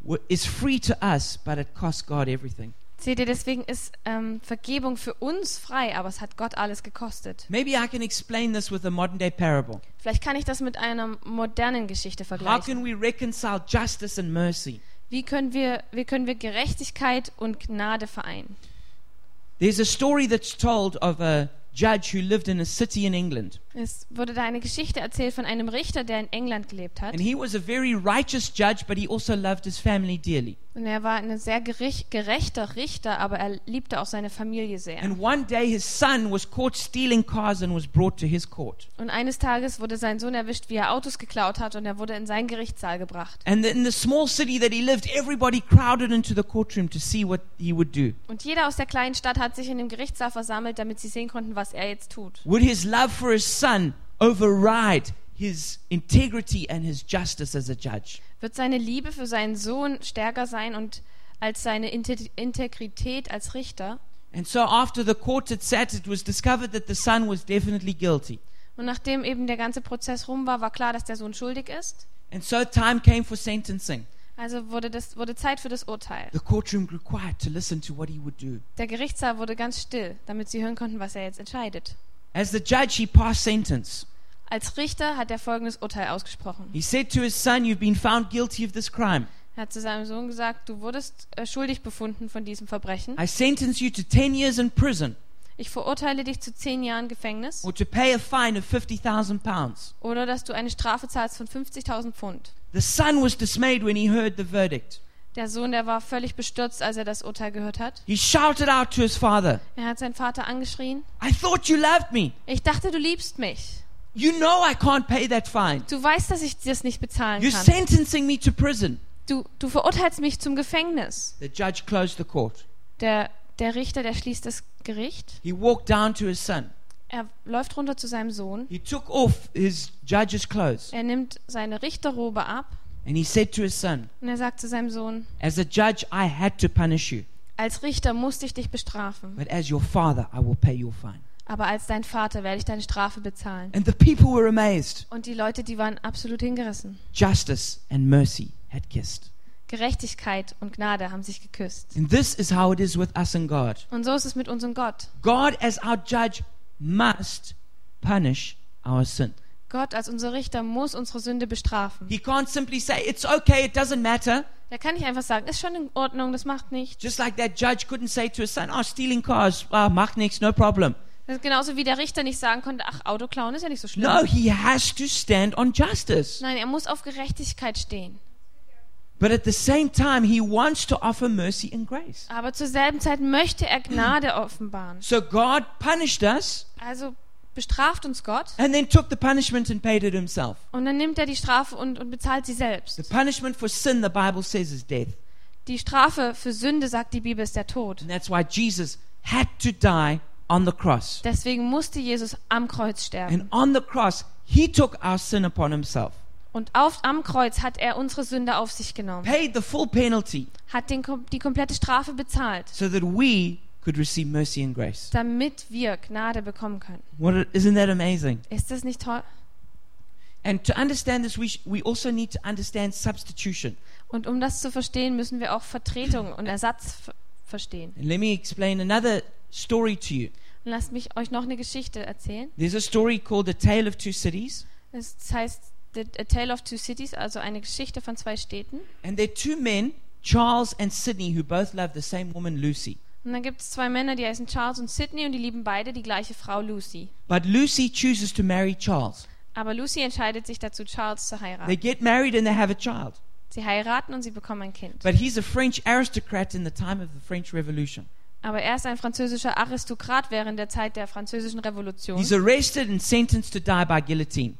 A: w- is free to us, but it costs God everything.
B: Seht ihr, deswegen ist ähm, Vergebung für uns frei, aber es hat Gott alles gekostet.
A: Maybe I can explain this with a modern day parable.
B: Vielleicht kann ich das mit einer modernen Geschichte
A: How
B: vergleichen.
A: can we reconcile justice and mercy?
B: Wie können wir, wie können wir Gerechtigkeit und Gnade vereinen?
A: There's a story that's told of a judge who lived in a city in England.
B: Es wurde da eine Geschichte erzählt von einem Richter, der in England gelebt hat.
A: And he was a very righteous judge, but he also loved his family dearly.
B: Und er war ein sehr gerich- gerechter Richter, aber er liebte auch seine Familie sehr.
A: And one day his son was caught stealing cars and was brought to his court.
B: Und eines Tages wurde sein Sohn erwischt, wie er Autos geklaut hat, und er wurde in seinen Gerichtssaal gebracht.
A: And in the small city that he lived, everybody crowded into the courtroom to see what he would do.
B: Und jeder aus der kleinen Stadt hat sich in dem Gerichtssaal versammelt, damit sie sehen konnten, was er jetzt tut.
A: Would his love for his son override his integrity and his justice as a judge?
B: Wird seine Liebe für seinen Sohn stärker sein und als seine Inte- Integrität als Richter?
A: And so after the court had sat, it was discovered that the son was definitely guilty.
B: Und nachdem eben der ganze Prozess rum war, war klar, dass der Sohn schuldig ist.
A: And so time came for sentencing.
B: Also wurde, das, wurde Zeit für das Urteil.
A: The courtroom grew quiet to listen to what he would do.
B: Der Gerichtssaal wurde ganz still, damit sie hören konnten, was er jetzt entscheidet.
A: As the judge, he passed sentence.
B: Als Richter hat er folgendes Urteil ausgesprochen.
A: He said to his son, You've been found guilty of this crime.
B: Er hat zu seinem Sohn gesagt, du wurdest äh, schuldig befunden von diesem Verbrechen.
A: I sentence you to 10 years in prison
B: Ich verurteile dich zu zehn Jahren Gefängnis
A: or to pay a fine of 50,000 pounds.
B: oder dass du eine Strafe zahlst von 50.000 Pfund.
A: The son was dismayed when he heard the verdict.
B: Der Sohn, der war völlig bestürzt, als er das Urteil gehört hat.
A: He shouted out to his father,
B: Er hat seinen Vater angeschrien.
A: I thought you loved me.
B: Ich dachte, du liebst mich.
A: You know I can't pay that fine.
B: Du weißt, dass ich das nicht bezahlen
A: You're
B: kann.
A: sentencing me to prison.
B: Du, du verurteilst mich zum Gefängnis.
A: The judge closed the court.
B: Der, der Richter, der schließt das Gericht.
A: He walked down to his son.
B: Er läuft runter zu seinem Sohn.
A: He took off his judge's clothes
B: Er nimmt seine Richterrobe ab
A: and he said to his son,
B: und er sagt zu seinem Sohn,
A: As a judge, I had to punish you,
B: als Richter musste ich dich bestrafen,
A: but as your father, I will pay your fine.
B: aber als dein Vater werde ich deine Strafe bezahlen.
A: And the people were amazed.
B: Und die Leute, die waren absolut hingerissen.
A: Justice and mercy had kissed.
B: Gerechtigkeit und Gnade haben sich geküsst.
A: And this is how it is with us and God.
B: Und so ist es mit unserem Gott.
A: God, as our judge, must punish our sin.
B: Gott als unser Richter muss unsere Sünde bestrafen.
A: He can't simply say, It's okay, it doesn't matter.
B: Da kann ich einfach sagen, ist schon in Ordnung, das macht nichts.
A: Just like that judge couldn't say to his son, Oh, stealing cars, ah, mach nichts, no problem.
B: Das ist genauso wie der Richter nicht sagen konnte, ach, Auto klauen ist ja nicht so schlimm.
A: No, he has to stand on justice.
B: Nein, er muss auf Gerechtigkeit stehen.
A: But at the same time, he wants to offer mercy and grace.
B: Aber zur selben Zeit möchte er Gnade offenbaren.
A: So God punished us
B: Also bestraft uns Gott
A: and then took the punishment and paid it himself.
B: und dann nimmt er die Strafe und, und bezahlt sie
A: The
B: selbst.
A: punishment for sin, the Bible says, is death.
B: Die Strafe für Sünde, sagt die Bibel, ist der Tod.
A: And that's why Jesus had to die on the cross.
B: Deswegen musste Jesus am Kreuz
A: And
B: sterben.
A: on the cross, he took our sin upon himself,
B: Und auf, am Kreuz hat er unsere Sünde auf sich genommen,
A: paid the full penalty
B: hat den, kom- die komplette Strafe bezahlt,
A: so that we could receive mercy and grace.
B: damit wir Gnade bekommen können.
A: What a, isn't that amazing?
B: Ist das nicht toll?
A: And to understand this, we, sh- we also need to understand substitution.
B: Und um das zu verstehen, müssen wir auch Vertretung und Ersatz ver- verstehen.
A: And let me explain another story to you.
B: Und lasst mich euch noch eine Geschichte erzählen.
A: There's a story called The Tale of Two Cities,
B: Es heißt The A Tale of Two Cities, also eine Geschichte von zwei Städten.
A: and there are two men, Charles and Sidney, who both love the same woman, Lucy.
B: Und dann gibt es zwei Männer, die heißen Charles und Sydney und die lieben beide die gleiche Frau Lucy.
A: But Lucy chooses to marry Charles.
B: Aber Lucy entscheidet sich dazu, Charles zu
A: They
B: heiraten.
A: get married and they have a child.
B: Sie heiraten und sie bekommen ein Kind.
A: But he's a French aristocrat in the time of the French Revolution.
B: Aber er ist ein französischer Aristokrat während der Zeit der französischen Revolution.
A: He's arrested and sentenced to die by guillotine.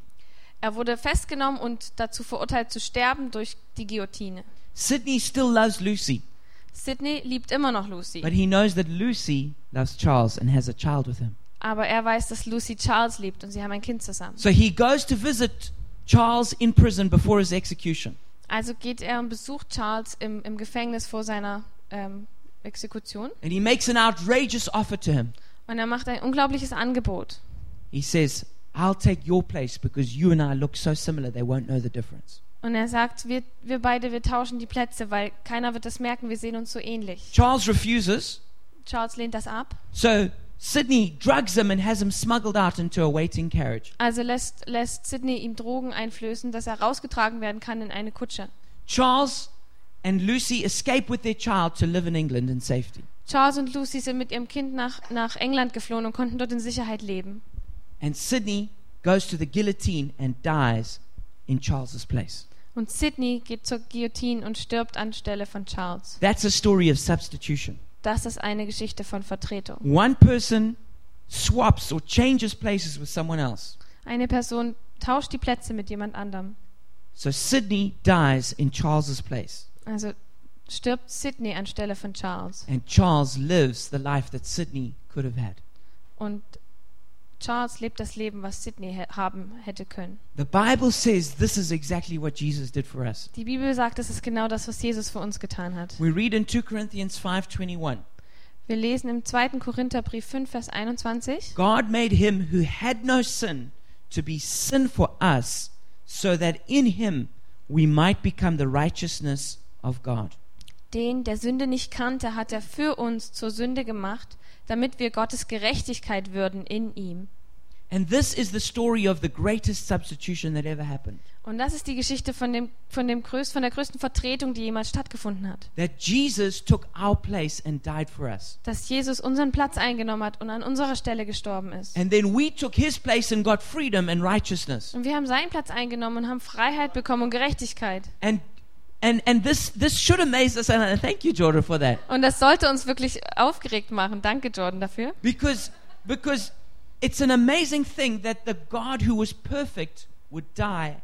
B: Er wurde festgenommen und dazu verurteilt zu sterben durch die Guillotine.
A: Sidney still loves Lucy,
B: Sydney liebt immer noch Lucy.
A: but he knows that Lucy loves Charles and has a child with him.
B: Aber er weiß, dass Lucy Charles liebt und sie haben ein Kind zusammen.
A: So he goes to visit Charles in prison before his execution.
B: Also geht er und besucht Charles im, im Gefängnis vor seiner ähm, Exekution.
A: and he makes an outrageous offer to him.
B: Und er macht ein unglaubliches Angebot.
A: He says, I'll take your place because you and I look so similar, they won't know the difference.
B: Und er sagt, wir, wir beide, wir tauschen die Plätze, weil keiner wird das merken, wir sehen uns so ähnlich.
A: Charles refuses,
B: Charles lehnt das ab.
A: so Sydney drugs him and has him smuggled out into a waiting carriage.
B: Also lässt, lässt Sidney ihm Drogen einflößen, dass er rausgetragen werden kann in eine Kutsche.
A: Charles and Lucy escape with their child to live in England in safety.
B: Charles und Lucy sind mit ihrem Kind nach, nach England geflohen und konnten dort in Sicherheit leben.
A: And Sydney goes to the guillotine and dies in Charles's place.
B: Und Sidney geht zur Guillotine und stirbt anstelle von Charles.
A: That's a story of substitution.
B: Das ist eine Geschichte von Vertretung.
A: One person swaps or changes places with someone else.
B: Eine Person tauscht die Plätze mit jemand anderem.
A: So Sydney dies in Charles's place.
B: Also stirbt Sidney anstelle von Charles.
A: And Charles lives the life that Sydney could have had.
B: Und Charles lebt das Leben, was Sidney he- haben hätte können.
A: The Bible says this is exactly what Jesus did for us.
B: Die Bibel sagt, es ist genau das, was Jesus für uns getan hat.
A: We read in 2 Corinthians 5:21,
B: Wir lesen im 2. Korintherbrief 5, Vers 21.
A: God made him who had no sin to be sin for us, so that in him we might become the righteousness of God.
B: Den, der Sünde nicht kannte, hat er für uns zur Sünde gemacht, damit wir Gottes Gerechtigkeit würden in ihm.
A: And this is the story of the greatest substitution that ever happened.
B: Und das ist die Geschichte von, dem, von, dem größ, von der größten Vertretung, die jemals stattgefunden hat.
A: That Jesus took our place and died for us.
B: Dass Jesus unseren Platz eingenommen hat und an unserer Stelle gestorben ist.
A: And then we took his place and got freedom and righteousness.
B: Und wir haben seinen Platz eingenommen und haben Freiheit bekommen und Gerechtigkeit.
A: And and and this this should amaze us and I thank you Jordan for that.
B: Und das sollte uns wirklich aufgeregt machen. Danke, Jordan, dafür.
A: Because because it's an amazing thing that the God who was perfect would die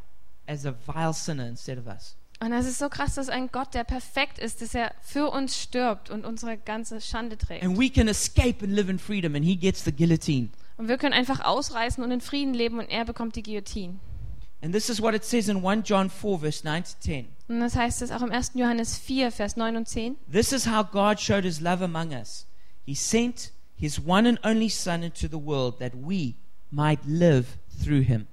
A: as a vile sinner instead of us.
B: Und das ist so krass, dass ein Gott, der perfekt ist, dass er für uns stirbt und unsere ganze Schande trägt.
A: And we can escape and live in freedom and he gets the guillotine.
B: Und wir können einfach ausreißen und in Frieden leben und er bekommt die Guillotine.
A: And this is what it says in 1 John 4 verse 9 to 10.
B: Und das heißt es auch im 1. Johannes 4, Vers 9 und 10.
A: This is how God showed his love among us. He sent his one and only Son into the world that we might live through him.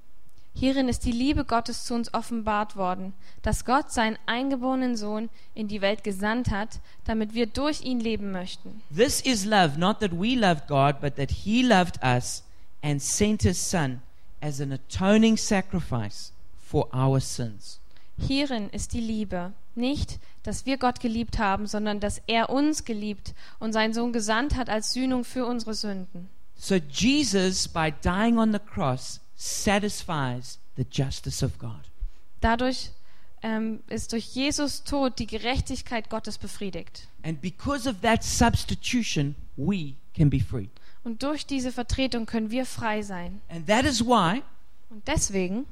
B: Hierin ist die Liebe Gottes zu uns offenbart worden, dass Gott seinen eingeborenen Sohn in die Welt gesandt hat, damit wir durch ihn leben möchten.
A: This is love, not that we loved God, but that he loved us and sent his Son as an atoning sacrifice for our sins.
B: Hierin ist die Liebe, nicht, dass wir Gott geliebt haben, sondern dass er uns geliebt und seinen Sohn gesandt hat als Sühnung für unsere Sünden.
A: So Jesus, by dying on the cross, satisfies the justice of God.
B: Dadurch ähm, ist durch Jesus Tod die Gerechtigkeit Gottes befriedigt.
A: And because of that substitution, we can be free.
B: Und durch diese Vertretung können wir frei sein.
A: And that is why
B: Und deswegen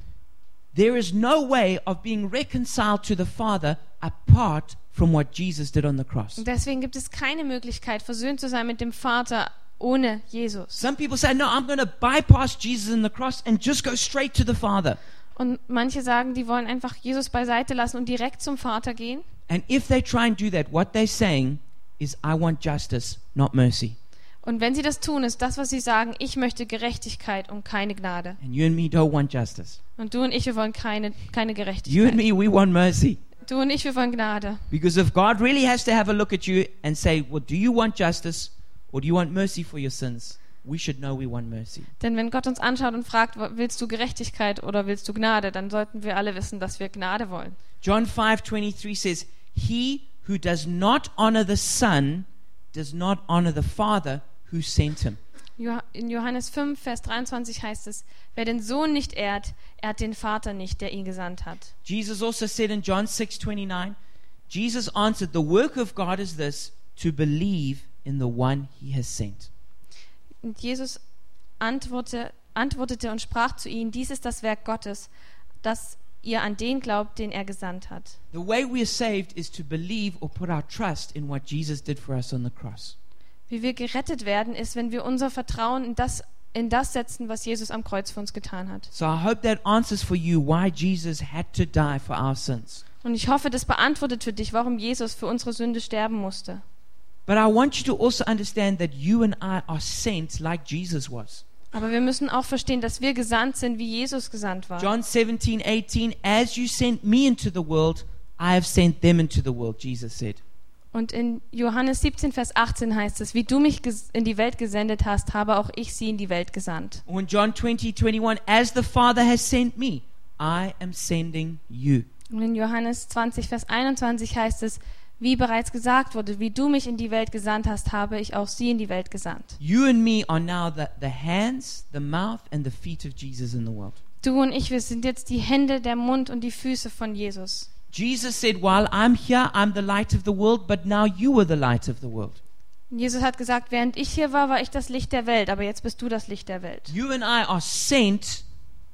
A: There is no way of being reconciled to the Father apart from what Jesus did on the cross.
B: Und deswegen gibt es keine Möglichkeit, versöhnt zu sein mit dem Vater ohne Jesus.
A: Some people say, no, I'm going to bypass Jesus and the cross and just go straight to the Father.
B: Und manche sagen, die wollen einfach Jesus beiseite lassen und direkt zum Vater gehen.
A: And if they try and do that, what they're saying is, I want justice, not mercy.
B: Und wenn sie das tun, ist das, was sie sagen, ich möchte Gerechtigkeit und keine Gnade.
A: And you and me don't want justice.
B: Und du und ich, wir wollen keine, keine
A: You and
B: Gerechtigkeit.
A: me, we want mercy.
B: Du und ich, wir wollen Gnade.
A: Because if God really has to have a look at you and say, well, do you want justice or do you want mercy for your sins? We should know we want mercy.
B: Denn wenn Gott uns anschaut und fragt, willst du Gerechtigkeit oder willst du Gnade, dann sollten wir alle wissen, dass wir Gnade wollen.
A: John 5:23 says, "He who does not honor the son does not honor the father who sent him."
B: Joh- In Johannes 5, Vers 23 heißt es, wer den Sohn nicht ehrt, ehrt den Vater nicht, der ihn gesandt hat.
A: Jesus also said in John 6:29, Jesus answered, "The work of God is this, to believe in the one he has sent."
B: Und Jesus antwortete, antwortete und sprach zu ihnen, dies ist das Werk Gottes, dass ihr an den glaubt, den er gesandt hat.
A: The way we are saved is to believe or put our trust in what Jesus did for us on the cross.
B: Wie wir gerettet werden, ist, wenn wir unser Vertrauen in das, in das setzen, was Jesus am Kreuz für uns getan hat.
A: So I hope that answers for you why Jesus had to die for our sins.
B: Und ich hoffe, das beantwortet für dich, warum Jesus für unsere Sünde sterben musste.
A: But I want you to also understand that you and I are sent like Jesus was.
B: Aber wir müssen auch verstehen, dass wir gesandt sind, wie Jesus gesandt war.
A: John 17, 18, as you sent me into the world, I have sent them into the world, Jesus said.
B: Und in Johannes 17, Vers 18 heißt es, wie du mich ges- in die Welt gesendet hast, habe auch ich sie in die Welt gesandt.
A: Or in John 20, 21, as the Father has sent me, I am sending you.
B: Und in Johannes 20, Vers 21 heißt es, wie bereits gesagt wurde, wie du mich in die Welt gesandt hast, habe ich auch sie in die Welt gesandt.
A: You and me are now the, the hands, the mouth, and the feet of Jesus in the world.
B: Du und ich, wir sind jetzt die Hände, der Mund und die Füße von Jesus.
A: Jesus said, While I'm here, I'm the light of the world, but now you are the light of the world.
B: Und Jesus hat gesagt, während ich hier war, war ich das Licht der Welt, aber jetzt bist du das Licht der Welt.
A: You and I are sent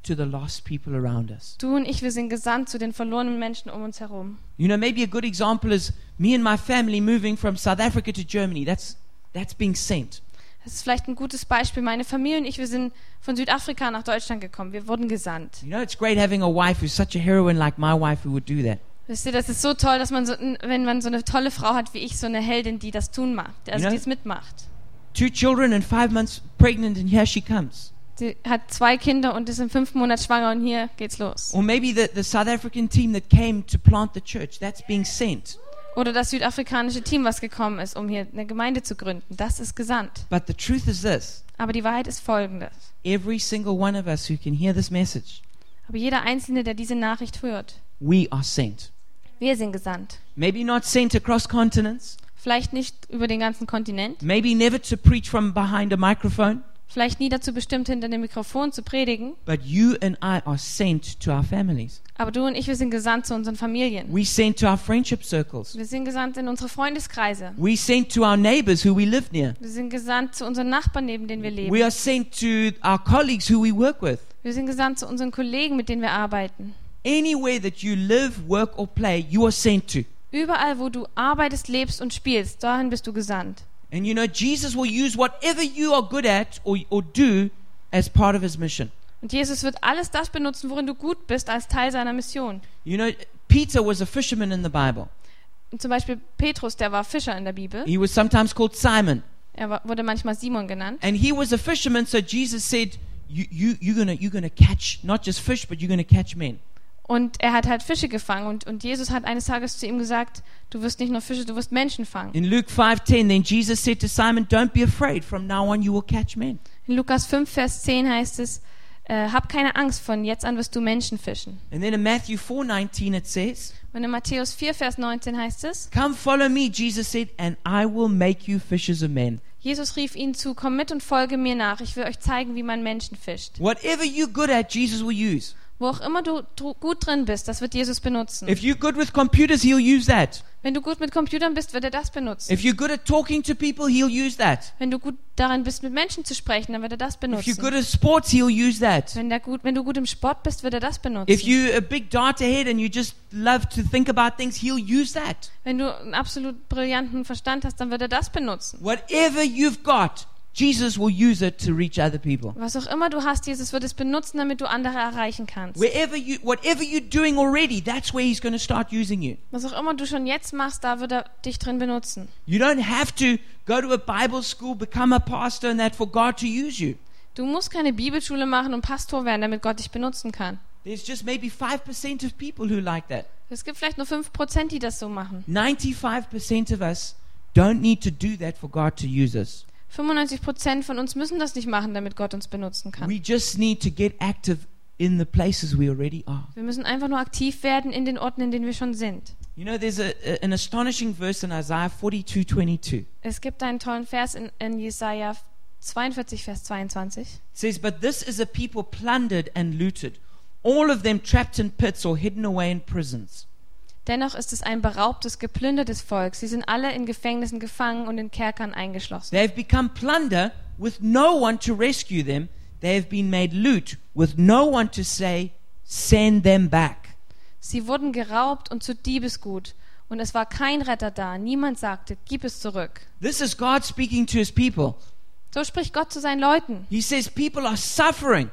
A: to the lost people around us.
B: Du und ich, wir sind gesandt zu den verlorenen Menschen um uns herum.
A: You know, maybe a good example is me and my family moving from South Africa to Germany. That's, that's being sent.
B: Das ist vielleicht ein gutes Beispiel. Meine Familie und ich, wir sind von Südafrika nach Deutschland gekommen. Wir wurden gesandt.
A: You know, it's great having a wife who's such a heroine like my wife who would do that.
B: Wisst ihr, das ist so toll, dass man so, wenn man so eine tolle Frau hat wie ich, so eine Heldin, die das tun macht, also
A: Ja.
B: die es mitmacht.
A: Two children and five months pregnant, and here she comes.
B: Sie hat zwei Kinder und ist im fünften Monat schwanger und hier geht's los.
A: Or maybe the, the South African team that came to plant the church, that's being sent.
B: Oder das südafrikanische Team, was gekommen ist, um hier eine Gemeinde zu gründen, das ist gesandt.
A: But the truth is this
B: Aber die Wahrheit ist folgendes.
A: every single one of us who can hear this message,
B: Aber jeder Einzelne, der diese Nachricht hört,
A: we are sent.
B: wir sind gesandt.
A: Maybe not sent across continents,
B: Vielleicht nicht über den ganzen Kontinent,
A: maybe never to preach from behind a microphone,
B: vielleicht nie dazu bestimmt, hinter dem Mikrofon zu predigen,
A: but you and I are sent to our families.
B: aber du und ich, wir sind gesandt zu unseren Familien.
A: We sent to our friendship circles.
B: Wir sind gesandt in unsere Freundeskreise.
A: We sent to our neighbors who we live near.
B: Wir sind gesandt zu unseren Nachbarn, neben denen wir leben.
A: We are sent to our colleagues who we work with.
B: Wir sind gesandt zu unseren Kollegen, mit denen wir arbeiten.
A: Anywhere that you live, work, or play, you are sent to.
B: Überall, wo du arbeitest, lebst und spielst, dahin bist du gesandt.
A: And you know, Jesus will use whatever you are good at or, or do as part of his mission.
B: Und Jesus wird alles das benutzen, worin du gut bist, als Teil seiner Mission.
A: You know, Peter was a fisherman in the Bible.
B: Und zum Beispiel Petrus, der war Fischer in der Bibel.
A: He was sometimes called Simon.
B: Er war, wurde manchmal Simon genannt.
A: And he was a fisherman, so Jesus said, you, you, you're going to you're gonna catch not just fish, but you're going to catch men.
B: Und er hat halt Fische gefangen. Und, und Jesus hat eines Tages zu ihm gesagt, du wirst nicht nur Fische, du wirst Menschen fangen.
A: In Luke 5.10, then Jesus said to Simon, don't be afraid. From now on, you will catch men.
B: In Lukas 5, Vers 10 heißt es, äh, hab keine Angst, von jetzt an wirst du Menschen fischen.
A: And then in Matthew 4.19, it says,
B: Und in Matthäus 4, Vers 19 heißt es,
A: come follow me, Jesus said, and I will make you fishers of men.
B: Jesus rief ihnen zu, komm mit und folge mir nach, ich will euch zeigen, wie man Menschen fischt.
A: Whatever you're good at, Jesus will use.
B: Wo auch immer du dru- gut drin bist, das wird Jesus benutzen.
A: If you're good with computers, he'll use that.
B: Wenn du gut mit Computern bist, wird er das benutzen.
A: If you're good at talking to people, he'll use that.
B: Wenn du gut darin bist, mit Menschen zu sprechen, dann wird er das
A: If you're good
B: benutzen.
A: at sports, he'll use that.
B: Wenn, der gut, wenn du gut im Sport bist, wird er das
A: If
B: benutzen.
A: you're a big dart ahead and you just love to think about things, he'll use that.
B: Wenn du einen absolut brillanten Verstand hast, dann wird er das benutzen.
A: Whatever you've got, Jesus will use it to reach other people.
B: Was auch immer du hast, Jesus wird es benutzen, damit du andere erreichen kannst.
A: Wherever you, whatever you're doing already, that's where he's going to start using you.
B: Was auch immer du schon jetzt machst, da wird er dich drin benutzen.
A: You don't have to go to a Bible school, become a pastor, and that for God to use you.
B: Du musst keine Bibelschule machen und Pastor werden, damit Gott dich benutzen kann.
A: There's just maybe 5% of people who like that.
B: Es gibt vielleicht nur 5%, die das so machen.
A: 95% of us don't need to do that for God to use us.
B: 95% von uns müssen das nicht machen, damit Gott uns benutzen kann.
A: We just need to get active in the places we already are.
B: Wir müssen einfach nur aktiv werden in den Orten, in denen wir schon sind.
A: You know, there's a, a- an astonishing verse in Isaiah 42 22. It
B: Es gibt einen tollen Vers in, in Jesaja 42, Vers 22.
A: says, But this is a people plundered and looted, all of them trapped in pits or hidden away in prisons.
B: Dennoch ist es ein beraubtes, geplündertes Volk. Sie sind alle in Gefängnissen gefangen und in Kerkern eingeschlossen.
A: They have become plunder with no one to rescue them. They have been made loot with no one to say, Send them back.
B: Sie wurden geraubt und zu Diebesgut. Und es war kein Retter da. Niemand sagte, gib es zurück.
A: This is God speaking to his people.
B: So spricht Gott zu seinen Leuten.
A: He says people are suffering.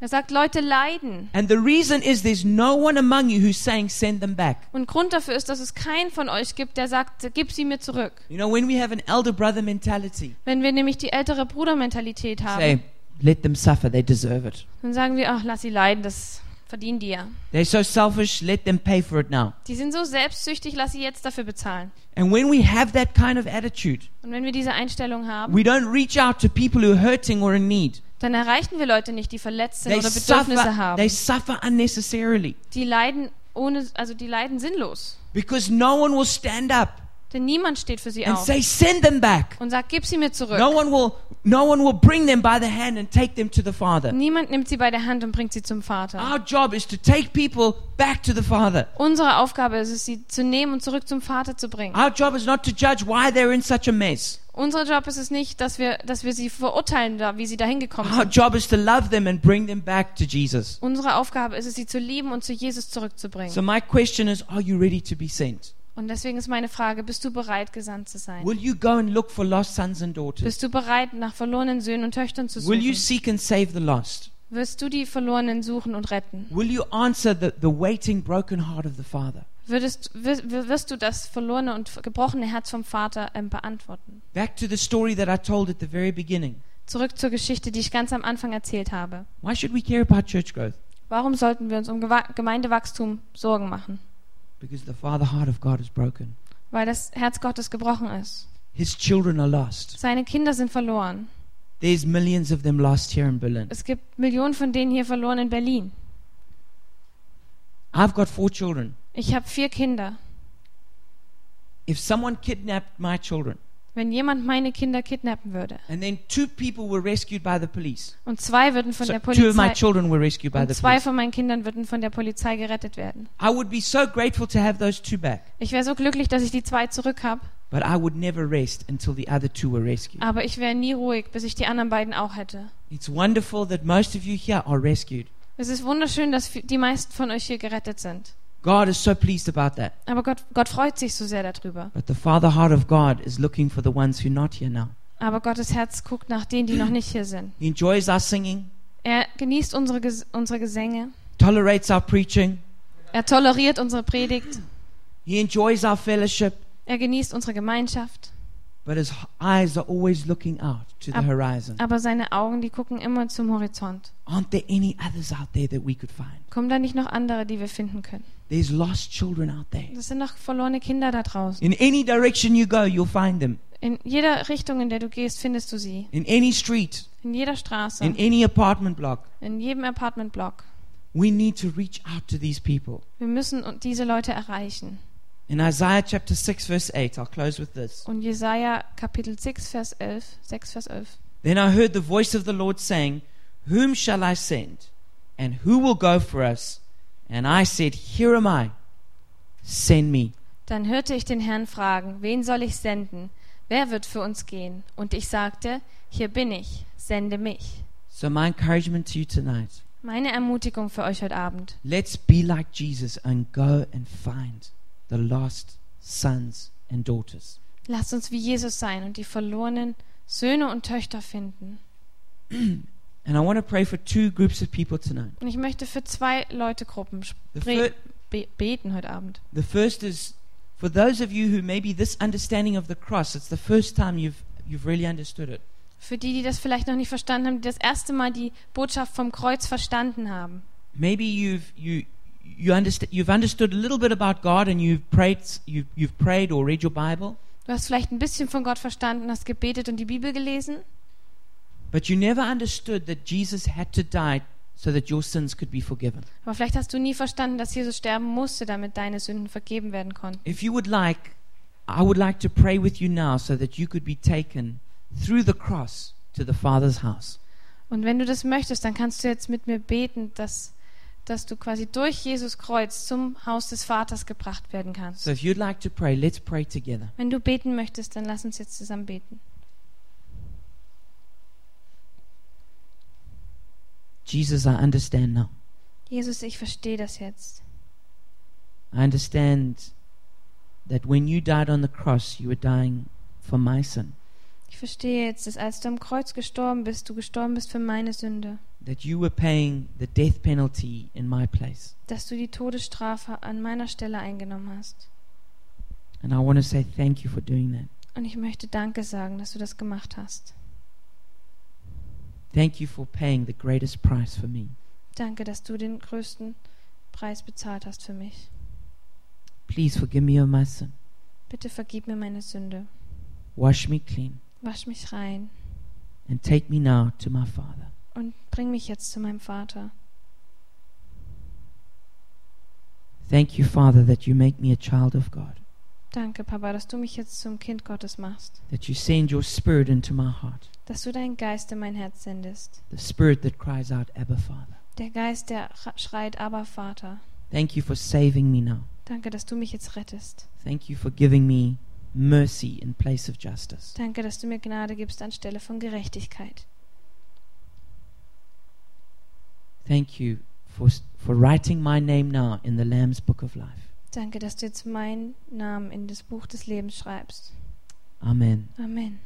B: Er sagt, Leute leiden.
A: And the reason is there's no one among you who's saying, send them back.
B: Und Grund dafür ist, dass es keinen von euch gibt, der sagt, gib sie mir zurück.
A: You know, when we have an elder brother mentality,
B: Wenn wir nämlich die ältere Brudermentalität haben,
A: say, let them suffer, they deserve it.
B: dann sagen wir, ach, lass sie leiden, das verdienen die ja.
A: They're so selfish, let them pay for it now.
B: Die sind so selbstsüchtig, lass sie jetzt dafür bezahlen.
A: And when we have that kind of attitude,
B: Und wenn wir diese Einstellung haben,
A: we don't reach out to people who are hurting or in need.
B: dann erreichen wir Leute nicht, die verletzt sind
A: They
B: oder Bedürfnisse
A: suffer, they
B: haben.
A: suffer unnecessarily
B: Die leiden ohne, also die leiden sinnlos.
A: because no one will stand up
B: Denn niemand steht für sie
A: and
B: auf
A: say, send them back.
B: und sagt, gib sie mir zurück.
A: No one will, no one will bring them by the hand and take them to the Father.
B: Niemand nimmt sie bei der Hand und bringt sie zum Vater.
A: Our job is to take people back to the Father.
B: Unsere Aufgabe ist es, sie zu nehmen und zurück zum Vater zu bringen.
A: Our job is not to judge why they're in such a mess.
B: Unser Job ist es nicht, dass wir, dass wir sie verurteilen, da, wie sie dahin gekommen
A: Our
B: sind.
A: job is to love them and bring them back to Jesus.
B: Unsere Aufgabe ist es, sie zu lieben und zu Jesus zurückzubringen.
A: So my question is, are you ready to be sent?
B: Und deswegen ist meine Frage, bist du bereit, gesandt zu sein?
A: Will you go and look for lost sons and daughters?
B: Bist du bereit, nach verlorenen Söhnen und Töchtern zu
A: Will you
B: suchen?
A: seek and save the lost?
B: Wirst du die Verlorenen suchen und retten?
A: Will you answer the, the waiting, broken heart of the Father?
B: Würdest, wirst, wirst du das verlorene und gebrochene Herz vom Vater ähm, beantworten?
A: Back to the story that I told at the very beginning.
B: Zurück zur Geschichte, die ich ganz am Anfang erzählt habe.
A: Why should we care about church growth?
B: Warum sollten wir uns um Gewa Gemeindewachstum Sorgen machen?
A: Because the Father heart of God is broken.
B: Weil das Herz Gottes gebrochen ist.
A: His children are lost.
B: Seine Kinder sind verloren.
A: There's millions of them lost here in Berlin.
B: Es gibt Millionen von denen hier verloren in Berlin.
A: I've got four children.
B: Ich habe vier Kinder.
A: If someone kidnapped my children
B: Wenn jemand meine Kinder kidnappen würde
A: and then two people were rescued by the police,
B: und zwei würden von
A: So
B: der
A: two of my
B: Polizei
A: children were rescued by
B: und
A: the
B: zwei
A: police.
B: von meinen Kindern würden von der Polizei gerettet werden.
A: I would be so grateful to have those two back,
B: Ich wäre so glücklich, dass ich die zwei zurück habe,
A: but I would never rest until the other two were rescued.
B: aber ich wäre nie ruhig, bis ich die anderen beiden auch hätte.
A: It's wonderful that most of you here are rescued.
B: Es ist wunderschön, dass vi- die meisten von euch hier gerettet sind.
A: God is so pleased about that.
B: Aber Gott, Gott freut sich so sehr darüber.
A: But the Father heart of God is looking for the ones who are not here now.
B: Aber Gottes Herz guckt nach denen, die noch nicht hier sind.
A: He enjoys our singing,
B: Er genießt unsere, Ges unsere Gesänge.
A: tolerates our preaching,
B: Er toleriert unsere Predigt.
A: he enjoys our fellowship,
B: Er genießt unsere Gemeinschaft.
A: but his eyes are always looking out to the
B: Ab-
A: horizon.
B: Aber seine Augen, die gucken immer zum Horizont.
A: Aren't there any others out there that we could find?
B: Kommen da nicht noch andere, die wir finden können?
A: There's lost children out there.
B: Das sind noch verlorene Kinder da draußen.
A: In any direction you go, you'll find them.
B: In jeder Richtung, in der du gehst, findest du sie.
A: In any street,
B: In jeder Straße,
A: in e- any apartment block.
B: in jedem Apartmentblock.
A: We need to reach out to these people.
B: Wir müssen und diese Leute erreichen.
A: In Isaiah chapter 6, verse 8, I'll close with this.
B: Und Jesaja Kapitel 6, Vers 11, 6, Vers 11.
A: Then I heard the voice of the Lord saying, Whom shall I send? And who will go for us? And I said, Here am I. Send me.
B: Dann hörte ich den Herrn fragen, wen soll ich senden? Wer wird für uns gehen? Und ich sagte, hier bin ich, sende mich.
A: So, my encouragement to you tonight
B: Meine Ermutigung für euch heute Abend.
A: let's be like Jesus and go and find the lost sons and daughters.
B: Lasst uns wie Jesus sein und die verlorenen Söhne und Töchter finden.
A: And I want to pray for two groups of people tonight.
B: Und ich möchte für zwei Leutegruppen sp-
A: The,
B: re-
A: fir-
B: be beten heute Abend.
A: the first is for those of you who maybe this understanding of the cross, it's the first time you've, you've really understood it.
B: Für die, die das vielleicht noch nicht verstanden haben, die das erste Mal die Botschaft vom Kreuz verstanden haben.
A: maybe you've you you understand you've understood a little bit about God and you've prayed you've, you've prayed or read your Bible,
B: Du hast vielleicht ein bisschen von Gott verstanden, hast gebetet und die Bibel gelesen,
A: but you never understood that Jesus had to die so that your sins could be forgiven.
B: aber vielleicht hast du nie verstanden, dass Jesus sterben musste, damit deine Sünden vergeben werden konnten.
A: If you would like, I would like to pray with you now so that you could be taken through the cross to the Father's house.
B: Und wenn du das möchtest, dann kannst du jetzt mit mir beten, dass, dass du quasi durch Jesus Kreuz zum Haus des Vaters gebracht werden kannst.
A: So if you'd like to pray, let's pray together.
B: Wenn du beten möchtest, dann lass uns jetzt zusammen beten.
A: Jesus, I understand now.
B: Jesus, ich verstehe das jetzt.
A: I understand that when you died on the cross, you were dying for my sin.
B: Ich verstehe jetzt, dass als du am Kreuz gestorben bist, du gestorben bist für meine Sünde.
A: that you were paying the death penalty in my place.
B: dass du die Todesstrafe an meiner Stelle eingenommen hast.
A: And I want to say thank you for doing that.
B: Und ich möchte Danke sagen, dass du das gemacht hast.
A: Thank you for paying the greatest price for me.
B: Danke, dass du den größten Preis bezahlt hast für mich.
A: Please forgive me of my sin.
B: Bitte vergib mir meine Sünde.
A: Wash me clean
B: Wasch mich rein
A: and take me now to my Father.
B: und bring mich jetzt zu meinem Vater.
A: Thank you, Father, that you make me a child of God,
B: Danke, Papa, dass du mich jetzt zum Kind Gottes machst.
A: that you send your spirit into my heart,
B: Dass du deinen Geist in mein Herz sendest.
A: the spirit that cries out, Abba, Father.
B: Der Geist, der ra- schreit, aber Vater.
A: Thank you for saving me now.
B: Danke, dass du mich jetzt rettest.
A: Thank you for giving me mercy in place of justice.
B: Danke, dass du mir Gnade gibst anstelle von Gerechtigkeit.
A: Thank you for, for writing my name now in the Lamb's Book of Life.
B: Danke, dass du jetzt meinen Namen in das Buch des Lebens schreibst.
A: Amen.
B: Amen.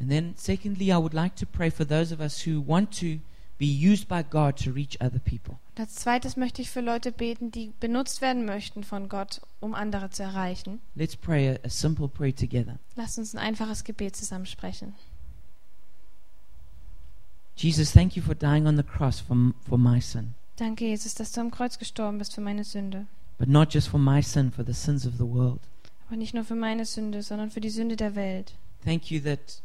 A: And then, secondly, I would like to pray for those of us who want to be used by God to reach other people.
B: Und als zweites möchte ich für Leute beten, die benutzt werden möchten von Gott, um andere zu erreichen.
A: Let's pray a, a simple prayer together.
B: Lasst uns ein einfaches Gebet zusammen sprechen.
A: Jesus, thank you for dying on the cross for, m- for my sin,
B: Danke, Jesus, dass du am Kreuz gestorben bist für meine Sünde.
A: but not just for my sin, for the sins of the world.
B: Aber nicht nur für meine Sünde, sondern für die Sünde der Welt.
A: Thank you that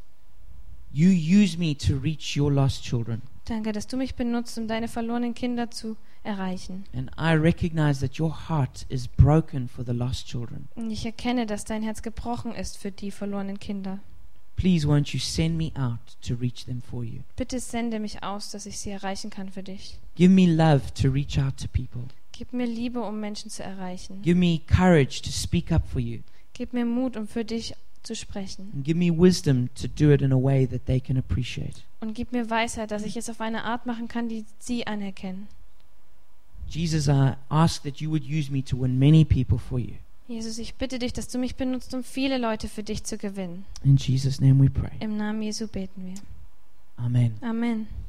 A: you use me to reach your lost children.
B: Danke, dass du mich benutzt, um deine verlorenen Kinder zu erreichen.
A: And I recognize that your heart is broken for the lost children.
B: Und ich erkenne, dass dein Herz gebrochen ist für die verlorenen Kinder.
A: Please, won't you send me out to reach them for you?
B: Bitte sende mich aus, dass ich sie erreichen kann für dich.
A: Give me love to reach out to people.
B: Gib mir Liebe, um Menschen zu erreichen.
A: Give me courage to speak up for you.
B: Gib mir Mut, um für dich zu sprechen.
A: And give me wisdom to do it in a way that they can appreciate.
B: Und gib mir Weisheit, dass ich es auf eine Art machen kann, die sie anerkennen.
A: Jesus, I ask that you would use me to win many people for you.
B: Jesus, ich bitte dich, dass du mich benutzt, um viele Leute für dich zu gewinnen.
A: In Jesus' name we pray.
B: Im Namen Jesu beten wir.
A: Amen.
B: Amen.